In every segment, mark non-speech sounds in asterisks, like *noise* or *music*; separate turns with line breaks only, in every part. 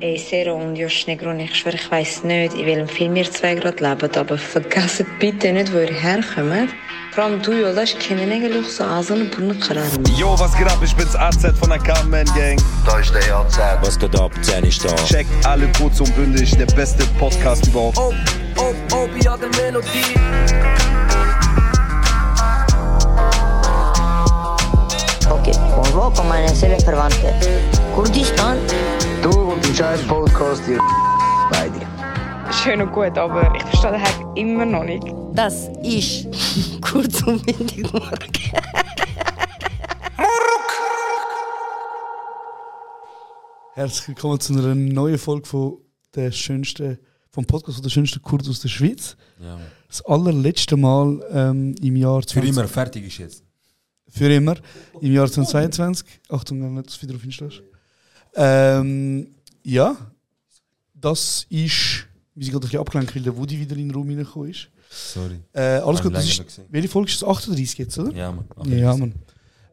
Ey, Sero und Josh Negroni, ich schwöre, ich weiss nicht, in welchem Film ihr zwei gerade lebt, aber vergesst bitte nicht, wo ihr herkommt. Vor allem du, Jolas, kennen eigentlich so Asen und Karan.
Yo, was geht ab? Ich bin's AZ von der Carmen Gang.
Da ist der AZ.
Was geht ab? Zehn ist da.
Checkt alle kurz und bündig, der beste Podcast überhaupt.
Op, op, op, je had een melodie.
Ok, convoco con Amanecer Fervante. Kurdistan.
Du und die scheiß Podcast, ihr beide.
schön und gut, aber ich verstehe den Hack immer noch nicht.
Das ist kurz und bündig
Herzlich willkommen zu einer neuen Folge von der schönsten, vom Podcast von der schönsten Kurd aus der Schweiz. Das allerletzte Mal ähm, im Jahr 20,
Für immer fertig ist jetzt.
für immer im Jahr 2022. Achtung, wenn du das wieder auf hinstellst. Ähm, ja, das ist, wir sind gerade ein bisschen abgelenkt, weil der Woody wieder in den Raum reingekommen ist.
Sorry.
Äh, alles
Haben
gut,
wir
das
länger
ist,
gesehen.
welche Folge ist das? 38 jetzt, oder?
Ja, Mann. Ach,
Ja, Mann.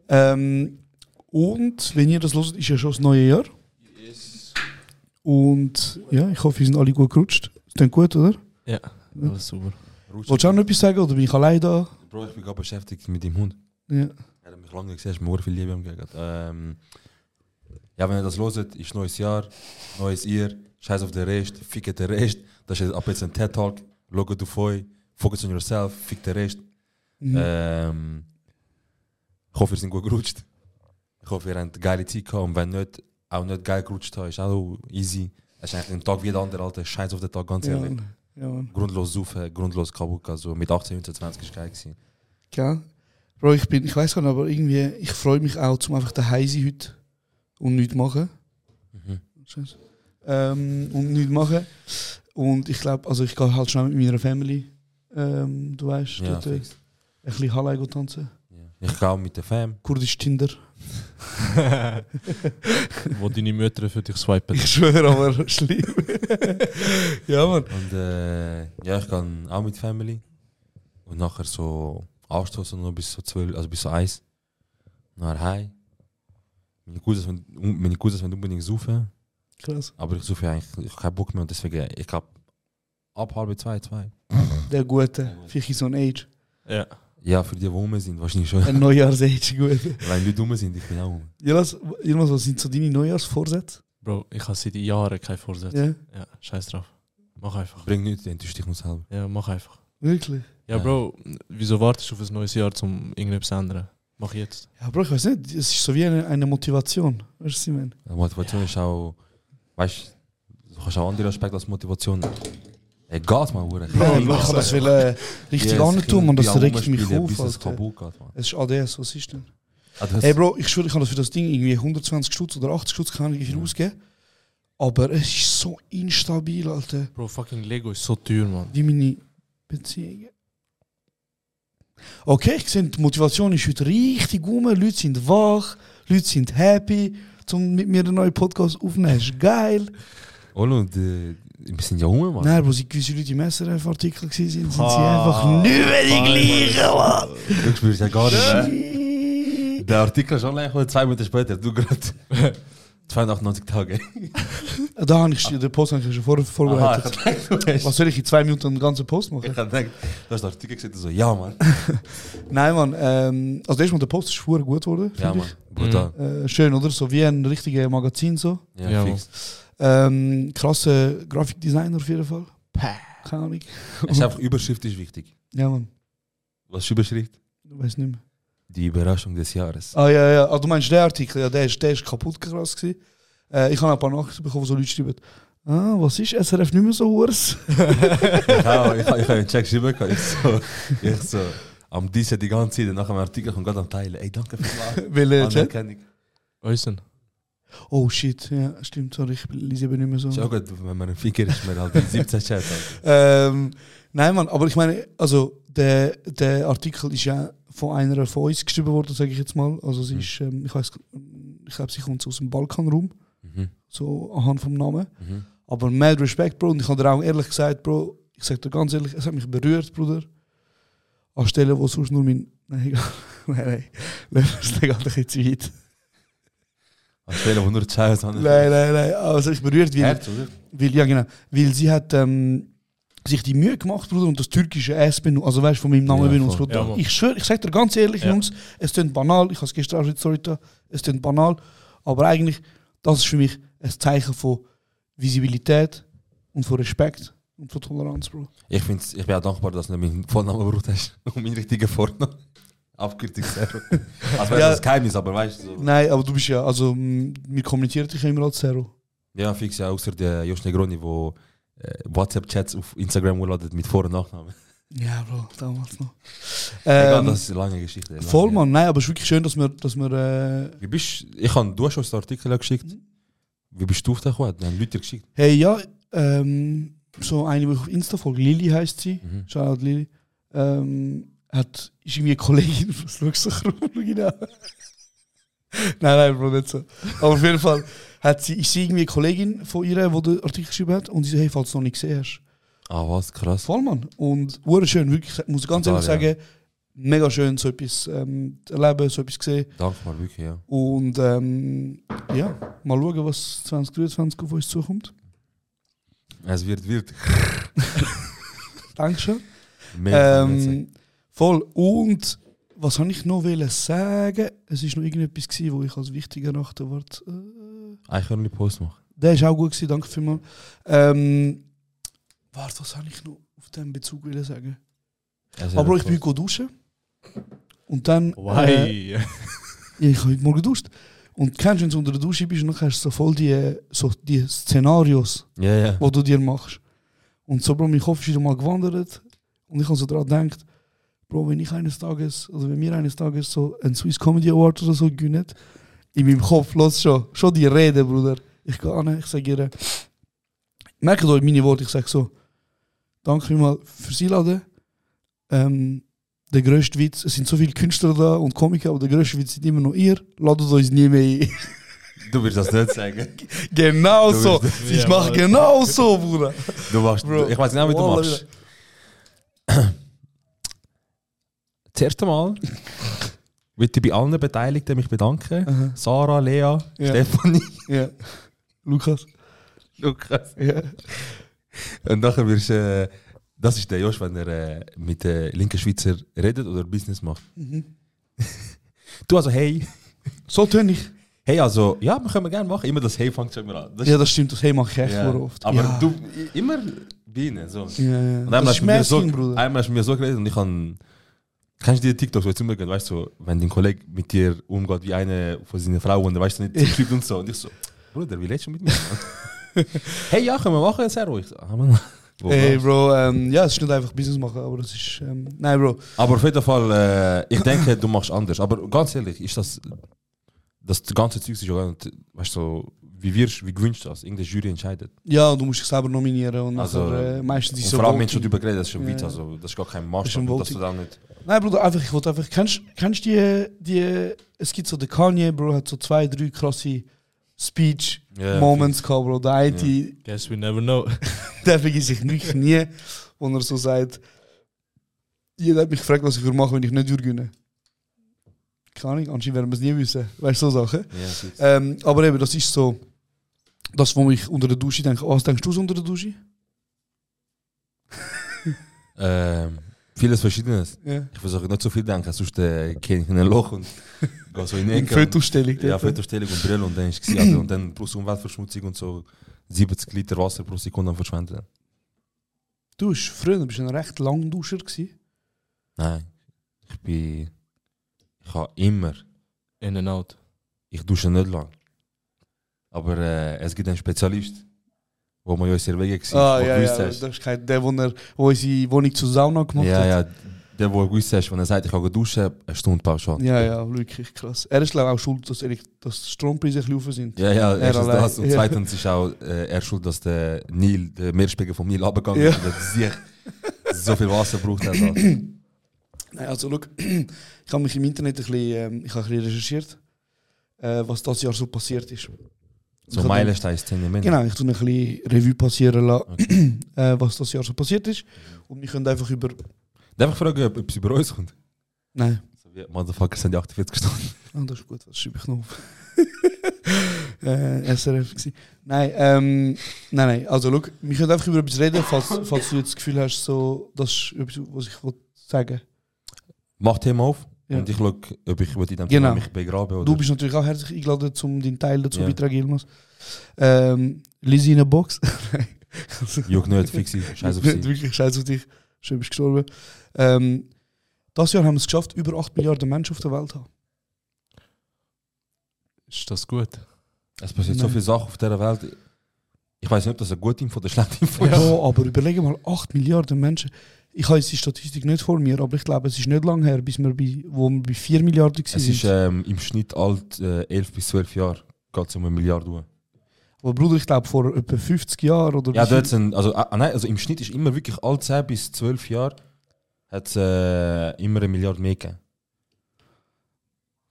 Ähm, und wenn ihr das hört, ist ja schon das neue Jahr. Und ja, ich hoffe, ihr sind alle gut gerutscht. Ist dann gut, oder?
Ja, alles super.
Rutsch.
Wolltest du auch noch etwas sagen oder bin ich allein da?
Bro, ich bin gerade beschäftigt mit dem Hund.
Ja.
Er hat mich lange nicht gesehen, ich habe viel Liebe ihm gegeben. Ähm, ja, wenn ihr das hört, ist neues Jahr, neues Ihr, scheiß auf den Rest, ficket den Rest. Das ist ab jetzt ein TED-Talk, logo du voll, focus on yourself, fick den Rest.
Mhm.
Ähm, ich hoffe, ihr seid gut gerutscht. Ich hoffe, ihr habt eine geile Zeit gehabt und wenn nicht, auch nicht geil gerutscht habt, ist auch easy. Es ist eigentlich ein Tag wie der andere, Alter, scheiß auf den Tag, ganz
Ja,
ehrlich.
Mann. Ja, Mann.
grundlos saufen, grundlos kaputt gehen. So mit 18, 19, 20 war geil. Gewesen.
Gell? Bro, ich bin, ich weiß gar nicht, aber irgendwie, ich freue mich auch, zum einfach daheim sein heute und nichts machen. Scheiße. Ähm, und nichts machen. Und ich glaube, also ich gehe halt schnell mit meiner Family, ähm, du weißt,
Ja,
dort, äh, ein
fix.
bisschen Halei go tanzen.
Ja. Ich gehe auch mit der Fam.
Kurdisch Tinder.
*laughs* Wo deine Mütter für dich swipen.
Ich schwöre,
*laughs*
aber schlimm. ja, Mann.
Und äh, ja, ich gehe auch mit Family. Und nachher so anstoßen noch bis so 12, also bis so 1. Nachher heim. Meine Cousins, wollen- un- meine Cousins wollen unbedingt saufen,
Krass.
aber ich saufe eigentlich, ich habe keinen Bock mehr und deswegen, ich glaube, ab halb zwei, zwei.
Der Gute. Vielleicht in so ein Age.
Ja.
Ja, für die, die rum sind, wahrscheinlich schon. *laughs*
Ein Neujahrs-Age, gut.
Wenn Leute rum sind, ich bin auch rum.
Jonas, Jonas, was sind so deine Neujahrsvorsätze?
Bro, ich habe seit Jahren keinen Vorsatz. Ja.
Ja,
scheiß drauf. Mach einfach.
Bring nichts, dann tust du dich nur selber.
Ja, mach einfach.
wirklich.
Ja,
Ja.
Bro, wieso wartest du auf ein neues Jahr, um irgendetwas zu ändern? Mach jetzt.
Ja, Bro, ich weiß nicht. Es ist so wie eine, eine Motivation. Weißt du, was ich meine?
Ja, Motivation ist auch, weißt du, du kannst auch andere Aspekte als Motivation. Ey, Gas, man, Bruder.
Bro, ich kann das will, äh, richtig
Jedes
an tun, man.
Kind,
Das
die
regt
Augen
mich
spielen,
auf.
Bis es
Alter.
kaputt geht, man.
Es ist ADS, was ist denn?
Ah, das-
Ey, Bro, ich schwöre, ich habe das für das Ding irgendwie 120 Stutz oder 80 Stutz, keine Ahnung, wie viel ausgeben. Aber es ist so instabil, Alter.
Bro, fucking Lego ist so teuer, Mann.
wie meine Beziehungen. Okay, ich sehe, die Motivation ist heute richtig rum. Leute sind wach, Leute sind happy, um mit mir einen neuen Podcast aufzunehmen. Ist geil.
Olo, und, äh, wir sind ja Hunger, man.
Nein, wo sie gewisse Leute im SRF-Artikel waren, sind sie
Ah,
einfach nicht mehr die gleichen, Mann.
Du spürst ja gar nicht. ne? Der Artikel ist online gekommen, zwei Minuten später. Du gerade *laughs* 298 Tage.
Da habe ich schon- den Post habe ich schon vor,
Aha, ich
vorbereitet.
hab gedacht, du hast-
Was soll ich in zwei Minuten einen ganzen Post machen?
Ich hab gedacht, du hast den Artikel gesehen, du so, ja,
*laughs*
man.
Nein, Mann. Ähm, also erstmal, der Post ist verdammt gut geworden.
Ja,
finde
man. Brutal.
ich. Äh, schön, oder? So wie ein richtiges Magazin so.
Ja,
Ja,
fix.
Ähm, krasser Grafikdesigner auf jeden Fall.
Päh.
Keine Ahnung.
Es ist einfach, Überschrift ist wichtig.
Ja, Mann.
Was ist Überschrift?
Ich weiß nicht mehr.
Die Überraschung des Jahres.
Ah, ja, ja. Ah, du meinst den Artikel? Ja, der ist, der ist kaputt krass gewesen. Äh, ich habe ein paar Nachrichten bekommen, wo so Leute schreiben. Ah, was ist SRF nicht mehr so Urs? *laughs*
Ja, Genau, ich, ich habe einen Check geschrieben. gehabt. Ich so, ich so, am Dienstag die ganze Zeit, nach dem Artikel und gerade am Teilen. Ey,
*laughs*
danke für die Ah,
Weil, äh,
Anerkennung.
Äußern.
oh shit, ja, stimmt, sorry, ich lese eben nicht mehr so.
Ist auch gut, wenn man ein Finger ist, man halt 17 Chat. Alter.
Ähm, nein, Mann, aber ich meine, also der, der Artikel ist ja von einer von uns geschrieben worden, sage ich jetzt mal. Also sie
Mhm.
ist, ähm, ich weiß, ich glaube, sie kommt so aus dem Balkanraum,
Mhm.
so anhand vom Namen.
Mhm.
Aber mad Respekt, Bro. Und ich habe dir auch ehrlich gesagt, Bro, ich sage dir ganz ehrlich, es hat mich berührt, Bruder. An Stellen, wo *laughs*
*laughs*
sonst nur mein. Nein, egal. nein, nein. Lass es nicht gerade ein bisschen zu weit.
Anstelle, wo nur Scheiß an
Nein, nein, nein. Also ich berührt, weil,
Herz, oder?
weil, ja, genau, weil sie hat ähm, sich die Mühe gemacht, Bruder, und das türkische S benutzt. Also weißt du, von meinem Namen
Ja,
benutzt,
voll.
Bruder.
Ja, Mann.
ich schwöre, ich sag dir ganz ehrlich,
Ja.
Jungs, es klingt banal. Ich habe es gestern auch schon sorry, da, es klingt banal. Aber eigentlich, das ist für mich ein Zeichen von Visibilität und von Respekt und von Toleranz, Bro.
Ich, find's, ich bin auch dankbar, dass du meinen Vornamen gebraucht hast *laughs* und meinen richtigen Vornamen. *laughs* Abkürzung Zero.
Ja.
Also, wäre das Geheimnis, aber weißt du. So.
Nein, aber du bist ja, also mm, wir kommunizieren dich ja immer als Zero.
Ja, fix, ja, außer der Josh Negroni, der äh, WhatsApp-Chats auf Instagram ladet mit Vor- und Nachnamen.
Ja, Bro, damals noch.
Egal,
Ähm,
das ist eine lange Geschichte. Lange.
voll, Mann. Nein, aber es ist wirklich schön, dass wir, dass wir äh,
Wie bist, ich hab, du hast uns den Artikel
Mhm.
geschickt. Wie bist du auf den gekommen? Wir haben Leute geschickt.
Hey, ja, ähm, so eine, die ich auf Insta folge, Lili heißt sie,
Mhm.
Shoutout Lili, ähm, hat, ist irgendwie eine Kollegin, was schaust du so rum, schau ihn an. *laughs* nein, nein, Bro, nicht so. Aber auf jeden Fall hat sie, ist sie irgendwie eine Kollegin von ihr, die den Artikel geschrieben hat, und sie sagt, hey, falls du noch nicht gesehen hast.
Ah, was, krass.
Voll, Mann. Und wurde schön, wirklich, ich muss ganz ehrlich
Total, ja.
sagen, mega schön, so etwas ähm, zu erleben, so etwas zu sehen.
Dankbar, wirklich, ja.
Und ähm, ja, mal schauen, was 2023 auf uns zukommt.
Es wird, wird.
Dankeschön.
Mehr
Ähm, voll. Und was habe ich noch wollen sagen? Es ist noch irgendetwas, gewesen, wo ich als wichtig erachte wart. Äh,
Eichhörnli-Post machen.
der ist auch gut, gewesen, danke vielmals. Ähm, warte, was habe ich noch auf diesen Bezug wollen sagen?
Es
Aber ich
wird
bin
Post.
go duschen. Und dann. Äh,
Why?
ich habe heute Morgen geduscht. Und kennst du, wenn du unter der Dusche bist, dann hast du so voll die, äh, so die Szenarios,
Ja, ja.
die du dir machst. Und so, Bro, mein Kopf ist wieder mal gewandert. Und ich habe so daran gedacht, Bro, wenn ich eines Tages, also wenn wir eines Tages so einen Swiss Comedy Award oder so gewinnen, in meinem Kopf los schon, schon die Rede, Bruder. Ich gehe an, ich sage ihr, merkt euch meine Worte, ich sage so, danke vielmals fürs Einladen. Ähm, der grösste Witz, es sind so viele Künstler da und Komiker, aber der grösste Witz sind immer noch ihr, ladet uns nie mehr ein. *laughs*
Du wirst das nicht sagen.
genau
Du
so, ich
Ja,
mache
Mann.
genau so, Bruder.
Du machst,
Bro.
ich weiß genau, wie du
Wallah,
machst. Das erste Mal *laughs* möchte ich bei allen Beteiligten mich bedanken.
Aha.
Sarah, Lea, Stefanie,
Ja. Lukas.
Lukas.
Ja.
Und nachher wirst du, äh, das ist der Josh, wenn er äh, mit den linken Schweizer redet oder Business macht. Du also, hey.
So tun ich.
Hey, also, ja, wir können gerne machen. Immer das Hey fängt schon immer an. Das
Ja, das stimmt, das hey mache ich echt
Ja. Ah,
ja. oft.
Aber
ja.
du, i- immer Bienen. So.
Ja, ja.
Und
Das
einmal
ist
hast, du mir so,
Masking, Bruder.
einmal hast du mir so geredet und ich kann. Kannst du dir TikToks, wo jetzt umgehen, weißt du, so, wenn dein Kollege mit dir umgeht wie eine von seinen Frauen,
*laughs*
weißt du nicht, sie schreibt und so. Und ich so, Bruder, wie lädst du mit
*laughs*
mir? Mann? hey, ja, können wir machen, Servo. Ich so, ah, Mann. Wo
Ey,
war's?
Bro, ähm, ja, es ist nicht einfach Business machen, aber das ist. Ähm, nein, Bro.
Aber auf jeden Fall, äh, ich denke, du machst anders. Aber ganz ehrlich, ist das. Das ganze Zeug ist ja gar nicht, weißt du, so, eh, wie, wir, wie gewünscht das? Irgendeine Jury entscheidet.
Ja, du musst dich selber nominieren und
Also,
nachher, äh, meistens
Und
ist so.
vor allem, wenn
Voting.
du darüber geredet hast, ist schon
Ja.
weit, also, das ist gar kein
Ist ein
Maßstab, dass
Voting.
du da nicht.
Nein, Bruder, einfach, ich wollte einfach. Kennst kennst du die, eh, die. Es gibt so den Kanye, Bro, hat so zwei, drei krasse
Ja,
Speech-Moments gehabt, Bro. Der eine,
Guess we never know.
der vergesse ich wirklich nie, wo er so sagt: Jeder hat mich gefragt, was ich würde machen, wenn ich nicht würde gewinnen. Keine Ahnung, anscheinend werden wir es nie wissen. Weißt du, so Sachen.
*laughs*
Ja, es ist-
Ähm, aber eben, das ist so, das, wo ich unter der Dusche denke. Oh, was denkst du so unter der Dusche?
Ehm,
Ähm, vieles Verschiedenes.
Ja.
Ich versuche nicht so viel zu denken, sonst äh, gehe ich in ein Loch und gehe so in die
In
Ecke. und-
Fötusstellung.
Ja,
dort.
Fotostellung und Brille
um
und dann ist es gewesen, und dann plus Umweltverschmutzung und so 70 Liter Wasser
um
pro Sekunde am verschwenden.
Du bist früher bist du ein recht langer Duscher. Gewesen.
Nein, ich bin. Ich habe immer.
In and out.
Ich dusche nicht lang. Aber äh, es gibt einen Spezialist, wo man ja in Servegen gesehen
Ah,
wo
ja,
gewusst
ja,
hast.
das ist kein, der, wo er wo unsere Wohnung zur Sauna gemacht
Ja,
hat.
ja, der, wo gewusst hast, wenn er sagt, ich kann duschen, eine Stunde pauschal.
ja, ja, wirklich krass. Er ist glaube ich auch schuld, dass, ehrlich, dass die Strompreise ein bisschen rauf sind.
Ja, ja, erstens
allein.
das und
Ja.
zweitens ist auch äh, er schuld, dass der Nil, der Meeresspiegel vom Nil runtergegangen
Ja.
ist und dass sie so viel Wasser braucht. Er das.
Nein, also schau, *clears throat* ich habe mich im Internet ein bisschen, ähm, ich habe ein bisschen recherchiert, äh, was das Jahr so passiert ist. Ich
So
hab-
Meilenstein ist 10 Minuten.
Genau, ich tue ein bisschen Revue passieren lassen, *clears throat* äh, was das Jahr so passiert ist.
Mhm.
Und wir können einfach über.
Darf ich fragen, ob etwas über uns kommt?
Nein,
So, wir Motherfuckers sind ja 48 Stunden.
ah, das ist gut, das schreibe ich noch auf. *laughs* äh, SRF. Gewesen. Nein, ähm, nein, nein. Also, schau, wir können einfach über etwas reden, falls, falls du jetzt das Gefühl hast, so, das ist etwas, was ich will sagen
Mach Thema auf
Ja.
und ich schaue, ob ich mit dem
Genau.
Thema mich begraben oder
Du bist natürlich auch herzlich eingeladen, um deinen Teil dazu
Ja.
beitragen, Ilmas. Ähm, Lizzie in der Box. *laughs* Nein. Also-
Juck
*laughs*
nicht, fix ich. Scheiß auf
Nicht
sie.
Wirklich, scheiß auf dich. Schön bist du gestorben. Ähm, das Jahr haben wir es geschafft, über 8 Milliarden Menschen auf der Welt zu haben.
Ist das gut?
Es passiert so
Nein.
viele Sachen auf dieser Welt. Ich weiß nicht, ob das ein gutes Info oder schlechte Info ist.
Ja, Oh, aber überlege mal, 8 Milliarden Menschen. Ich habe jetzt die Statistik nicht vor mir, aber ich glaube, es ist nicht lange her, bis wir bei, wo wir bei 4 Milliarden
Es ist
waren.
ähm, im Schnitt alt äh, 11 bis 12 Jahre. Geht es um eine Milliarde Uhr.
Aber Bruder, ich glaube, vor etwa 50 Jahren oder
Ja,
wie viel-
dort sind, also, ah, ah, nein, also im Schnitt ist immer wirklich alle 10 bis 12 Jahre hat es äh, immer eine Milliarde mehr gegeben.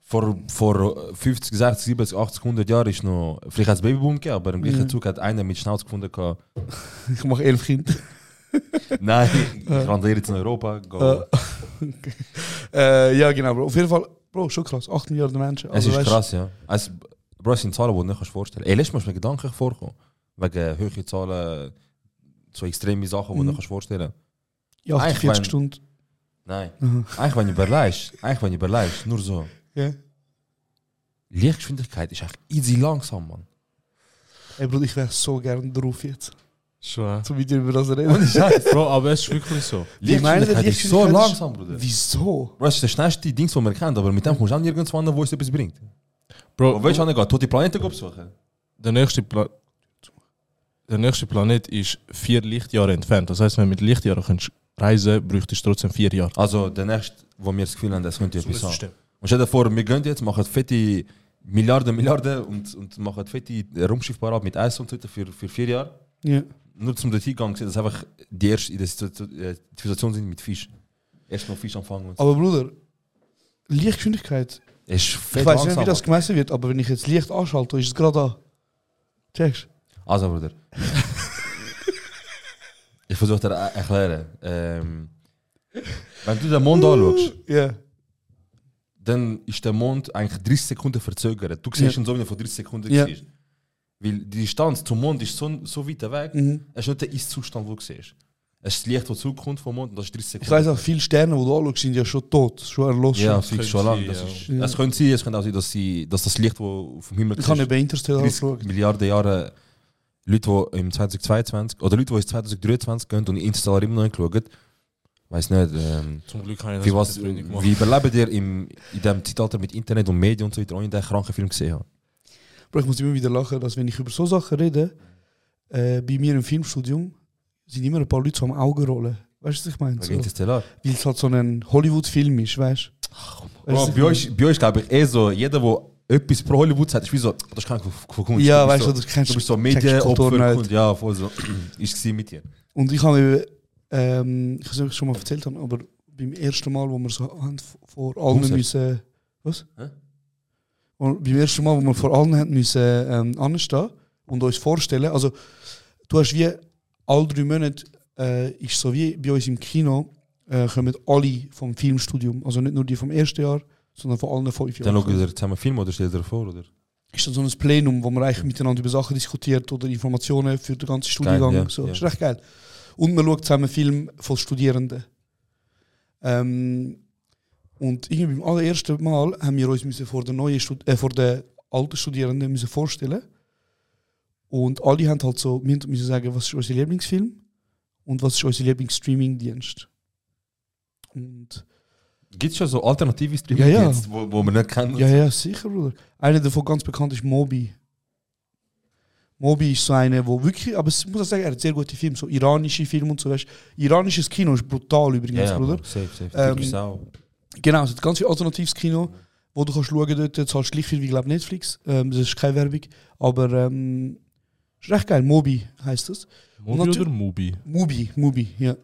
Vor, vor äh, 50, 60, 70, 80, 100 Jahren ist noch, vielleicht hat es Babyboom gegeben, aber im gleichen
Ja.
Zug hat einer mit Schnauz gefunden, gehabt,
*laughs* ich mache 11 Kinder. *laughs*
nein, ich wandere jetzt in Europa. Go.
Äh, okay. äh, ja, genau, Bro. Auf jeden Fall, Bro, schon krass, 8 Milliarden Menschen.
es
Also,
ist
weißt-
krass, ja. Es, Bro, es sind Zahlen, die du nicht kannst vorstellen kannst. Ey, letztes Mal ist mir Gedanken vorgekommen, wegen höheren Zahlen, so extreme Sachen, die
Mhm.
du nicht kannst vorstellen
Ja, 48
Eigentlich, wenn-
Stunden.
Nein,
Mhm.
eigentlich wenn du überlegst, eigentlich wenn du überlegst, nur so.
Ja.
Lichtgeschwindigkeit ist echt easy langsam, Mann.
Ey, Bruder, ich wäre so gern drauf jetzt, *laughs*
Schon.
um mit dir über das zu reden.
Bro, aber es ist wirklich so.
Die meine, die
Lichtgeschwindigkeit ist so
Lichtgeschwindigkeit ist-
langsam, Bruder.
Wieso?
Bro, das ist der schnellste Ding, den man kennt, aber mit dem kommst du auch nirgendwo an, wo es etwas bringt.
Bro,
Aber weißt du, geht, tote Planeten besuchen.
der nächste Pla der nächste Planet ist vier Lichtjahre entfernt. Das heißt, wenn du mit Lichtjahren könntest reisen, bräuchtest du trotzdem vier Jahre.
Also der nächste, wo wir das Gefühl haben, das könnte etwas haben. Und stell dir vor, wir gehen jetzt, machen fette Milliarden, Milliarden und, und machen fette Raumschiff parat mit Eis und so weiter für, für vier Jahre.
Ja.
Nur zum dorthin gegangen sind, dass einfach die ersten in der Situ- äh, Situation sind mit Fisch. Erst noch Fisch anfangen und so.
Aber Bruder, Lichtgeschwindigkeit.
Es ist
Ich
fett
weiß nicht,
langsam.
wie das
Mann.
gemessen wird, aber wenn ich jetzt Licht anschalte, ist es gerade da. Checkst?
Also, Bruder. *laughs* ich versuche dir
e-
zu erklären.
Ehm,
Ähm, wenn du den Mond anschaust,
Ja.
dann ist der Mond eigentlich 30 Sekunden verzögert. Du siehst ihn so, wenn du vor 30 Sekunden
Ja.
siehst. Weil die Distanz zum Mond ist so, so weit weg,
Mhm.
es ist nicht der Ist-Zustand, den du siehst. Es ist das Licht, das zurückkommt vom Mond und das ist 30
Ich
Sekunden.
weiß auch, viele Sterne, die du anschaust, sind ja schon tot. Schon erloschen.
ja,
Das
fix
könnte
schon lange.
sein,
Das,
ja.
ist,
Ja.
das könnte sein, es könnte auch sein, dass, sie, dass das Licht, das vom Himmel
ich habe
siehst,
eben Interstellar
30
geschaut.
Milliarden Jahre äh, Leute, die im 2022 oder Leute, die ins 2023 gehen und Installer immer noch nicht schauen, weiß nicht, ähm,
Zum Glück habe ich das
wie,
mit
was,
der Freundin gemacht.
wie überleben ihr im, in diesem Zeitalter mit Internet und Medien und so weiter, ohne den kranken Film gesehen habe.
Bro, ich muss immer wieder lachen, dass wenn ich über so Sachen rede, äh, bei mir im Filmstudium sind immer ein paar Leute so am Auge rollen. Weißt du, was ich meine? So,
Wegen Interstellar.
Weil es halt so ein Hollywood-Film ist, weißt du?
Bro,
Weißt du?
bei euch, bei euch glaube ich eh so, jeder, der etwas pro Hollywood sagt, ist wie so, oh, das kann ich von Kunst.
Ja,
Du bist
weißt du, das kennst
Du bist so
checkst Kultur
Medienopfer.
nicht.
Kunst. Ja, voll so. *clears throat* ist gesehen mit dir.
Und ich habe, ähm, ich weiß nicht, ob ich es schon mal erzählt habe, aber beim ersten Mal, wo wir so haben, vor allen eh,
Umsatz.
müssen. Was?
Hä?
Und beim ersten Mal, wo wir vor allen haben müssen ähm, anstehen und uns vorstellen, also du hast wie alle drei Monate, äh, ist so wie bei uns im Kino, äh, kommen alle vom Filmstudium, also nicht nur die vom ersten Jahr, sondern von allen fünf
Dann schaut
Jahren.
ihr zusammen Film oder stellt ihr vor, oder?
Ist dann so ein Plenum, wo man eigentlich miteinander über Sachen diskutiert oder Informationen für den ganzen Studiengang.
ja,
so.
ja.
Ist recht geil. Und man schaut zusammen Film von Studierenden. Ähm, und irgendwie beim allerersten Mal haben wir uns müssen vor den neuen Stud äh, vor den alten Studierenden müssen vorstellen. Und alle haben halt so wir müssen sagen, was ist unser Lieblingsfilm und was ist unser Lieblingsstreamingdienst. Und
Gibt es schon so
Ja,
alternative
ja.
Streaming-Dienste, wo, wo man nicht kennt?
ja, ja, sicher, Bruder. Einer davon ganz bekannt ist Mobi. Mobi ist so einer, eh, wo wirklich, aber ich muss auch sagen, er hat sehr gute Filme, so iranische Filme und so, weißt du. Iranisches Kino ist brutal übrigens,
Ja, ja,
Bruder.
Bro, Safe, safe.
Ähm,
Türkisch auch.
Genau, es hat ganz viel alternatives Kino, wo du kannst schauen dort, du zahlst gleich viel wie glaub, Netflix, ähm, das ist keine Werbung, aber ähm, ist recht geil, Mobi heißt das.
Mobi
Natu-
oder Mubi?
Mubi, Mubi, ja.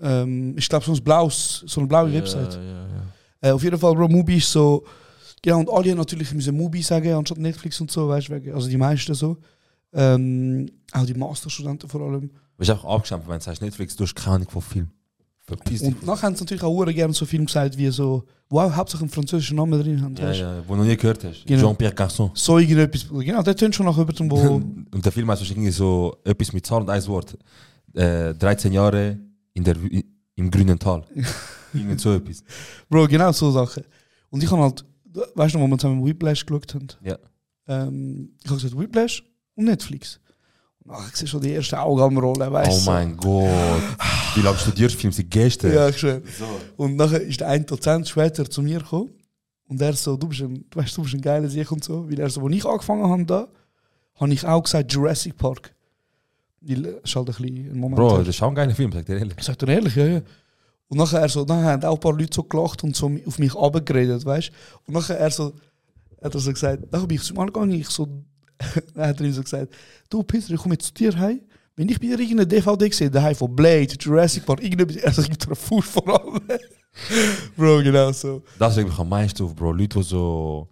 Ähm, ich glaube, so ein blaues, so eine blaue Website.
Ja, ja, ja.
Äh, auf jeden Fall, Bro, Mubi ist so. Genau, und alle haben natürlich müssen Mubi sagen, anstatt Netflix und so, weißt du, also die meisten so. Ähm, auch die Masterstudenten vor allem.
Du bist einfach abgeschämt, wenn du sagst Netflix, du hast keine Ahnung von Film. Verpiss dich.
Und nachher haben sie natürlich auch hure gerne so Filme gesagt, wie so, wow, hauptsächlich einen französischen Namen drin haben.
Ja,
weißt du?
ja, wo du noch nie gehört hast.
Genau.
Jean-Pierre Garçon.
So irgendetwas. Genau, der tönt schon nach jemandem, wo.
*laughs* Und der Film heißt wahrscheinlich irgendwie so etwas mit Zahl und ein Wort. Äh, 13 Jahre in der, Wü- im
*laughs*
grünen Tal. Irgend so etwas.
Bro, genau so Sachen. Und ich habe halt, weißt du noch, wo wir zusammen Whiplash geschaut haben?
Ja.
Ähm, ich habe gesagt, Whiplash und Netflix. Und ach, ich sehe schon die erste Augen am Rollen, weißt
Oh
du.
mein Gott. Wie lange studierst du Film? Sie gestern.
Ja, schön. Und nachher ist der ein Dozent später zu mir gekommen und er so, du bist ein, du weißt, du bist ein geiler Sieg und so. Weil er so, wo ich angefangen habe, da, habe ich auch gesagt Jurassic Park. Weil es ist halt ein bisschen ein Moment.
Bro, das ist auch ein geiler Film, sag dir ehrlich.
Ich sag dir ehrlich, ja, ja. Und nachher er so, dann haben auch ein paar Leute so gelacht und so mi- auf mich abgeredet, weißt du? Und nachher er so, hat er so gesagt, dann bin ich zum Angegangen, ich so, *laughs* dann hat er ihm so gesagt, du Peter, ich komme jetzt zu dir heim. Wenn ich bei dir irgendeine DVD sehe, daheim von Blade, Jurassic Park, *laughs* irgendetwas, er so, gibt dir einen Fuß vor allem. *laughs* Bro, genau so.
Das regt mich am meisten auf, Bro. Leute, die so.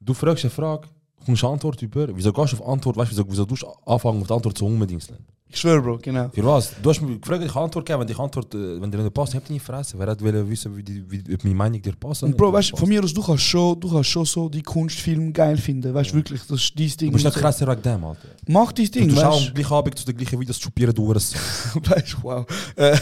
Du fragst eine Frage, kommst eine Antwort über. Wieso gehst du auf Antwort? Weißt du, wieso, wieso tust du anfangen, auf die Antwort zu unbedingseln?
Ich schwöre, Bro, genau.
Für was? Du hast mir gefragt, ich habe Antwort gegeben. Wenn ich Antwort, äh, wenn dir nicht passt, habt ihr nicht fressen. Wer hat wollen wissen, wie, die, wie, ob meine Meinung dir passt?
Und Bro, weißt du, von mir aus, du kannst schon, du kannst schon so die Kunstfilme geil finden, weißt du, wirklich, das ist dein Ding.
Du
und
bist nicht
so.
krasser wegen dem, Alter.
Mach dein
Du
Ding,
tust auch
weißt
am gleichen Abend zu den gleichen Videos schupieren, du Hurensohn.
*laughs* du. Weißt du, wow. Äh,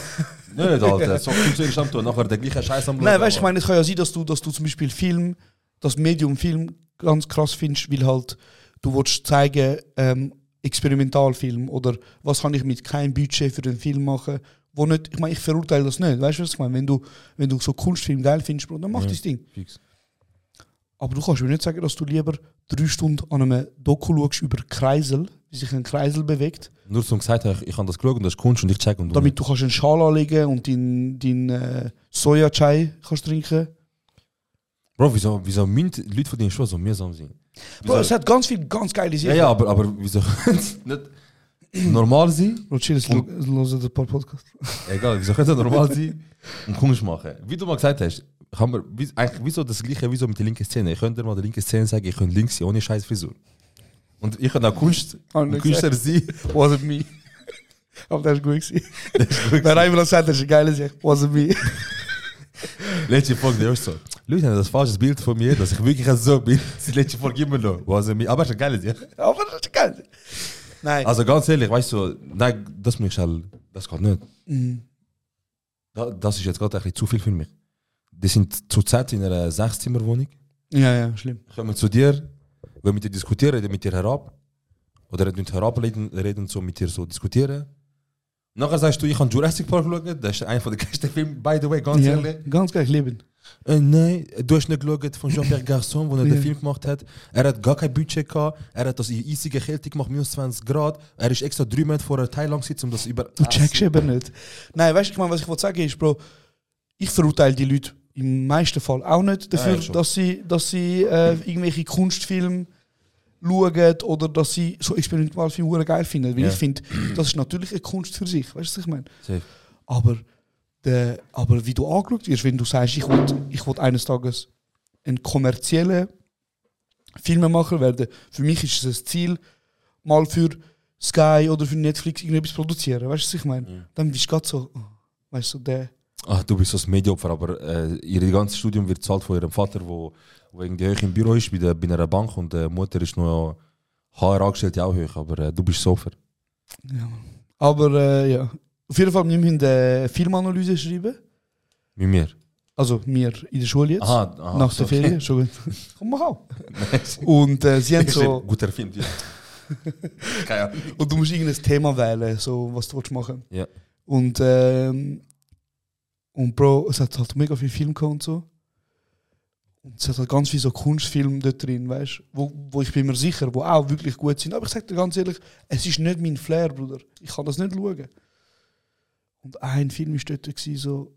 Nicht, Alter. So viel Zeug am Tun, nachher der gleiche Scheiß am
Nein,
Schauen,
weißt du, ich
Alter.
meine, es kann ja sein, dass du, dass du zum Beispiel Film, das Medium Film ganz krass findest, weil halt du willst zeigen, ähm, Experimentalfilm oder was kann ich mit keinem Budget für einen Film machen, wo nicht, ich meine, ich verurteile das nicht, weißt du, was ich meine? Wenn du, wenn du so Kunstfilm geil findest, Bro, dann mach das Ding.
Fix.
Aber du kannst mir nicht sagen, dass du lieber drei Stunden an einem Doku schaust über Kreisel, wie sich ein Kreisel bewegt,
Nur zum gesagt, ich, ich habe das geschaut und das ist Kunst und ich check und du
damit du kannst einen Schal anlegen und deinen dein, äh, Soja-Chai kannst trinken.
Bro, wieso, wieso müssen die Leute von deinen Schuhen so mühsam sein?
Bro,
Wieso-
es hat ganz viel ganz geile Sachen.
Ja, ja, aber, aber wieso nicht normal sein?
Bro, chill, es lo- es hören ein paar *laughs* Podcasts.
Egal, wieso könnte normal sein und Kunst machen? Wie du mal gesagt hast, haben wir wie- eigentlich wieso das gleiche wieso mit der linken Szene. Ich könnte dir mal der linken Szene sagen, ich könnte links sein ohne scheiß Frisur. Und ich kann auch Kunst
Hab ich
und
Ah, nicht
Künstler sein. *laughs*
Wasn't me. *laughs* Aber das ist gut gewesen. Wenn einmal sagt, das ist eine geile Sache. Wasn't
*laughs*
me.
Letzte Folge, der ist so. Leute haben das falsches Bild von mir, dass ich wirklich so bin. *laughs* Die letzte Folge immer noch. Was mich- Aber es ist eine geile Sache.
Aber das ist geil. Nein.
Also ganz ehrlich, weißt du, nein, das muss ich halt, das geht nicht. Da, das ist jetzt gerade ein bisschen zu viel für mich. Die sind zurzeit in einer Sechszimmerwohnung,
ja, ja, schlimm.
kommen zu dir, wollen mit dir diskutieren, reden mit dir herab. Oder reden mit herabreden, reden so mit dir so diskutieren. Nachher sagst du, ich habe Jurassic Park geschaut, das ist einer von den *laughs* geilsten Filmen, by the way, ganz
Ja,
ehrlich.
ganz geil, ich liebe ihn.
Äh, nein, du hast nicht geschaut
*clears throat*
von Jean-Pierre Garçon, wo er
Ja.
den Film gemacht hat. Er hat gar kein Budget gehabt. Er hat das in eisiger Kälte gemacht, minus 20 Grad. Er ist extra drei Monate vor der Thailand gesessen, um das über.
Du checkst eben nicht. Nein, weißt du, ich meine, was ich wollte sagen ist, Bro, ich verurteile die Leute im meisten Fall auch nicht dafür,
Nein, schon.
dass sie, dass sie äh, irgendwelche Kunstfilme schauen oder dass sie so Experimentalfilme hure geil finden. Weil
Ja.
ich finde, das ist natürlich eine Kunst für sich. Weißt du, was ich meine?
Safe.
Aber, der, aber wie du angeschaut wirst, wenn du sagst, ich will, ich will eines Tages ein kommerzieller Filmemacher werden, für mich ist es ein Ziel, mal für Sky oder für Netflix irgendetwas produzieren. Weißt du, was ich meine? Dann bist du gerade so, oh, weißt du, der.
Ach, Ah, du bist so das Medienopfer, aber äh, ihr ganzes Studium wird zahlt von ihrem Vater, wo, wo irgendwie hoch im Büro ist, bei, der, bei einer Bank und die Mutter ist noch HR angestellt, auch hoch, aber äh, du bist das Opfer.
Aber äh, ja, auf jeden Fall müssen wir in der Filmanalyse schreiben.
Mit mir.
Also wir in der Schule jetzt.
Aha, aha,
nach der
sorry.
Ferien, schon gut.
*laughs*
Komm, mach auch. Und äh, sie haben so.
Guter Film,
*laughs*
ja. Keine Ahnung.
Und du musst irgendein Thema wählen, so, was du willst machen
Ja.
Und, ähm, und Bro, es hat halt mega viel Film gehabt und so. Und es hat halt ganz viel so Kunstfilme dort drin, weißt du? Wo, wo ich bin mir sicher, wo auch wirklich gut sind. Aber ich sag dir ganz ehrlich, es ist nicht mein Flair, Bruder. Ich kann das nicht schauen. Und ein Film war dort gewesen, so.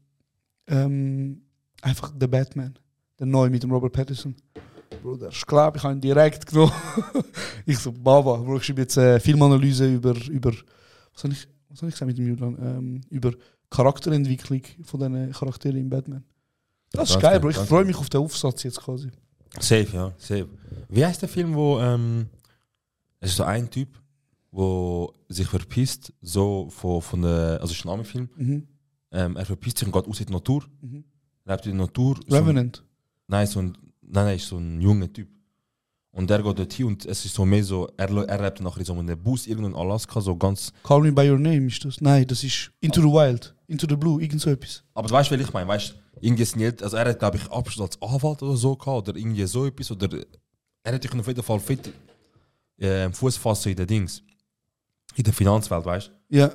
Ähm, einfach The Batman. Der neue mit dem Robert Pattinson. Bruder, ich glaube, ich habe ihn direkt *laughs* genommen. ich so, Baba, Bro, ich schreibe jetzt äh, Filmanalyse über. über was habe ich, was hab ich gesagt mit dem Julian? Ähm, über Charakterentwicklung von diesen Charakteren in Batman. Das ist
Ganz
geil,
geil,
e, Bro. Ich
ganz
freue
geil.
mich auf den Aufsatz jetzt quasi.
Safe, ja, safe. Wie heißt der Film, wo ähm, es ist so ein Typ, wo sich verpisst, so von, von der, also es ist ein Ami-Film,
Mhm.
ähm, er verpisst sich und geht aus in die Natur,
Mhm.
lebt in der Natur. so ein-
Revenant.
Nein, so ein, nein, nein, ist so ein junger Typ. Und der geht dorthin und es ist so mehr so, er, lo- er lebt nachher in so einem Bus irgendwo in Alaska, so ganz.
Call Me By Your Name ist das. Nein, das ist Into the Wild, Into the Blue, irgend so etwas.
Aber du weißt, was ich meine, weißt irgendwie ist nicht, also er hat, glaube ich, Abschluss als Anwalt oder so gehabt, oder irgendwie so etwas, oder er hätte auf jeden Fall fit äh, Fuß fassen in den Dings. In der Finanzwelt, weißt du?
Ja,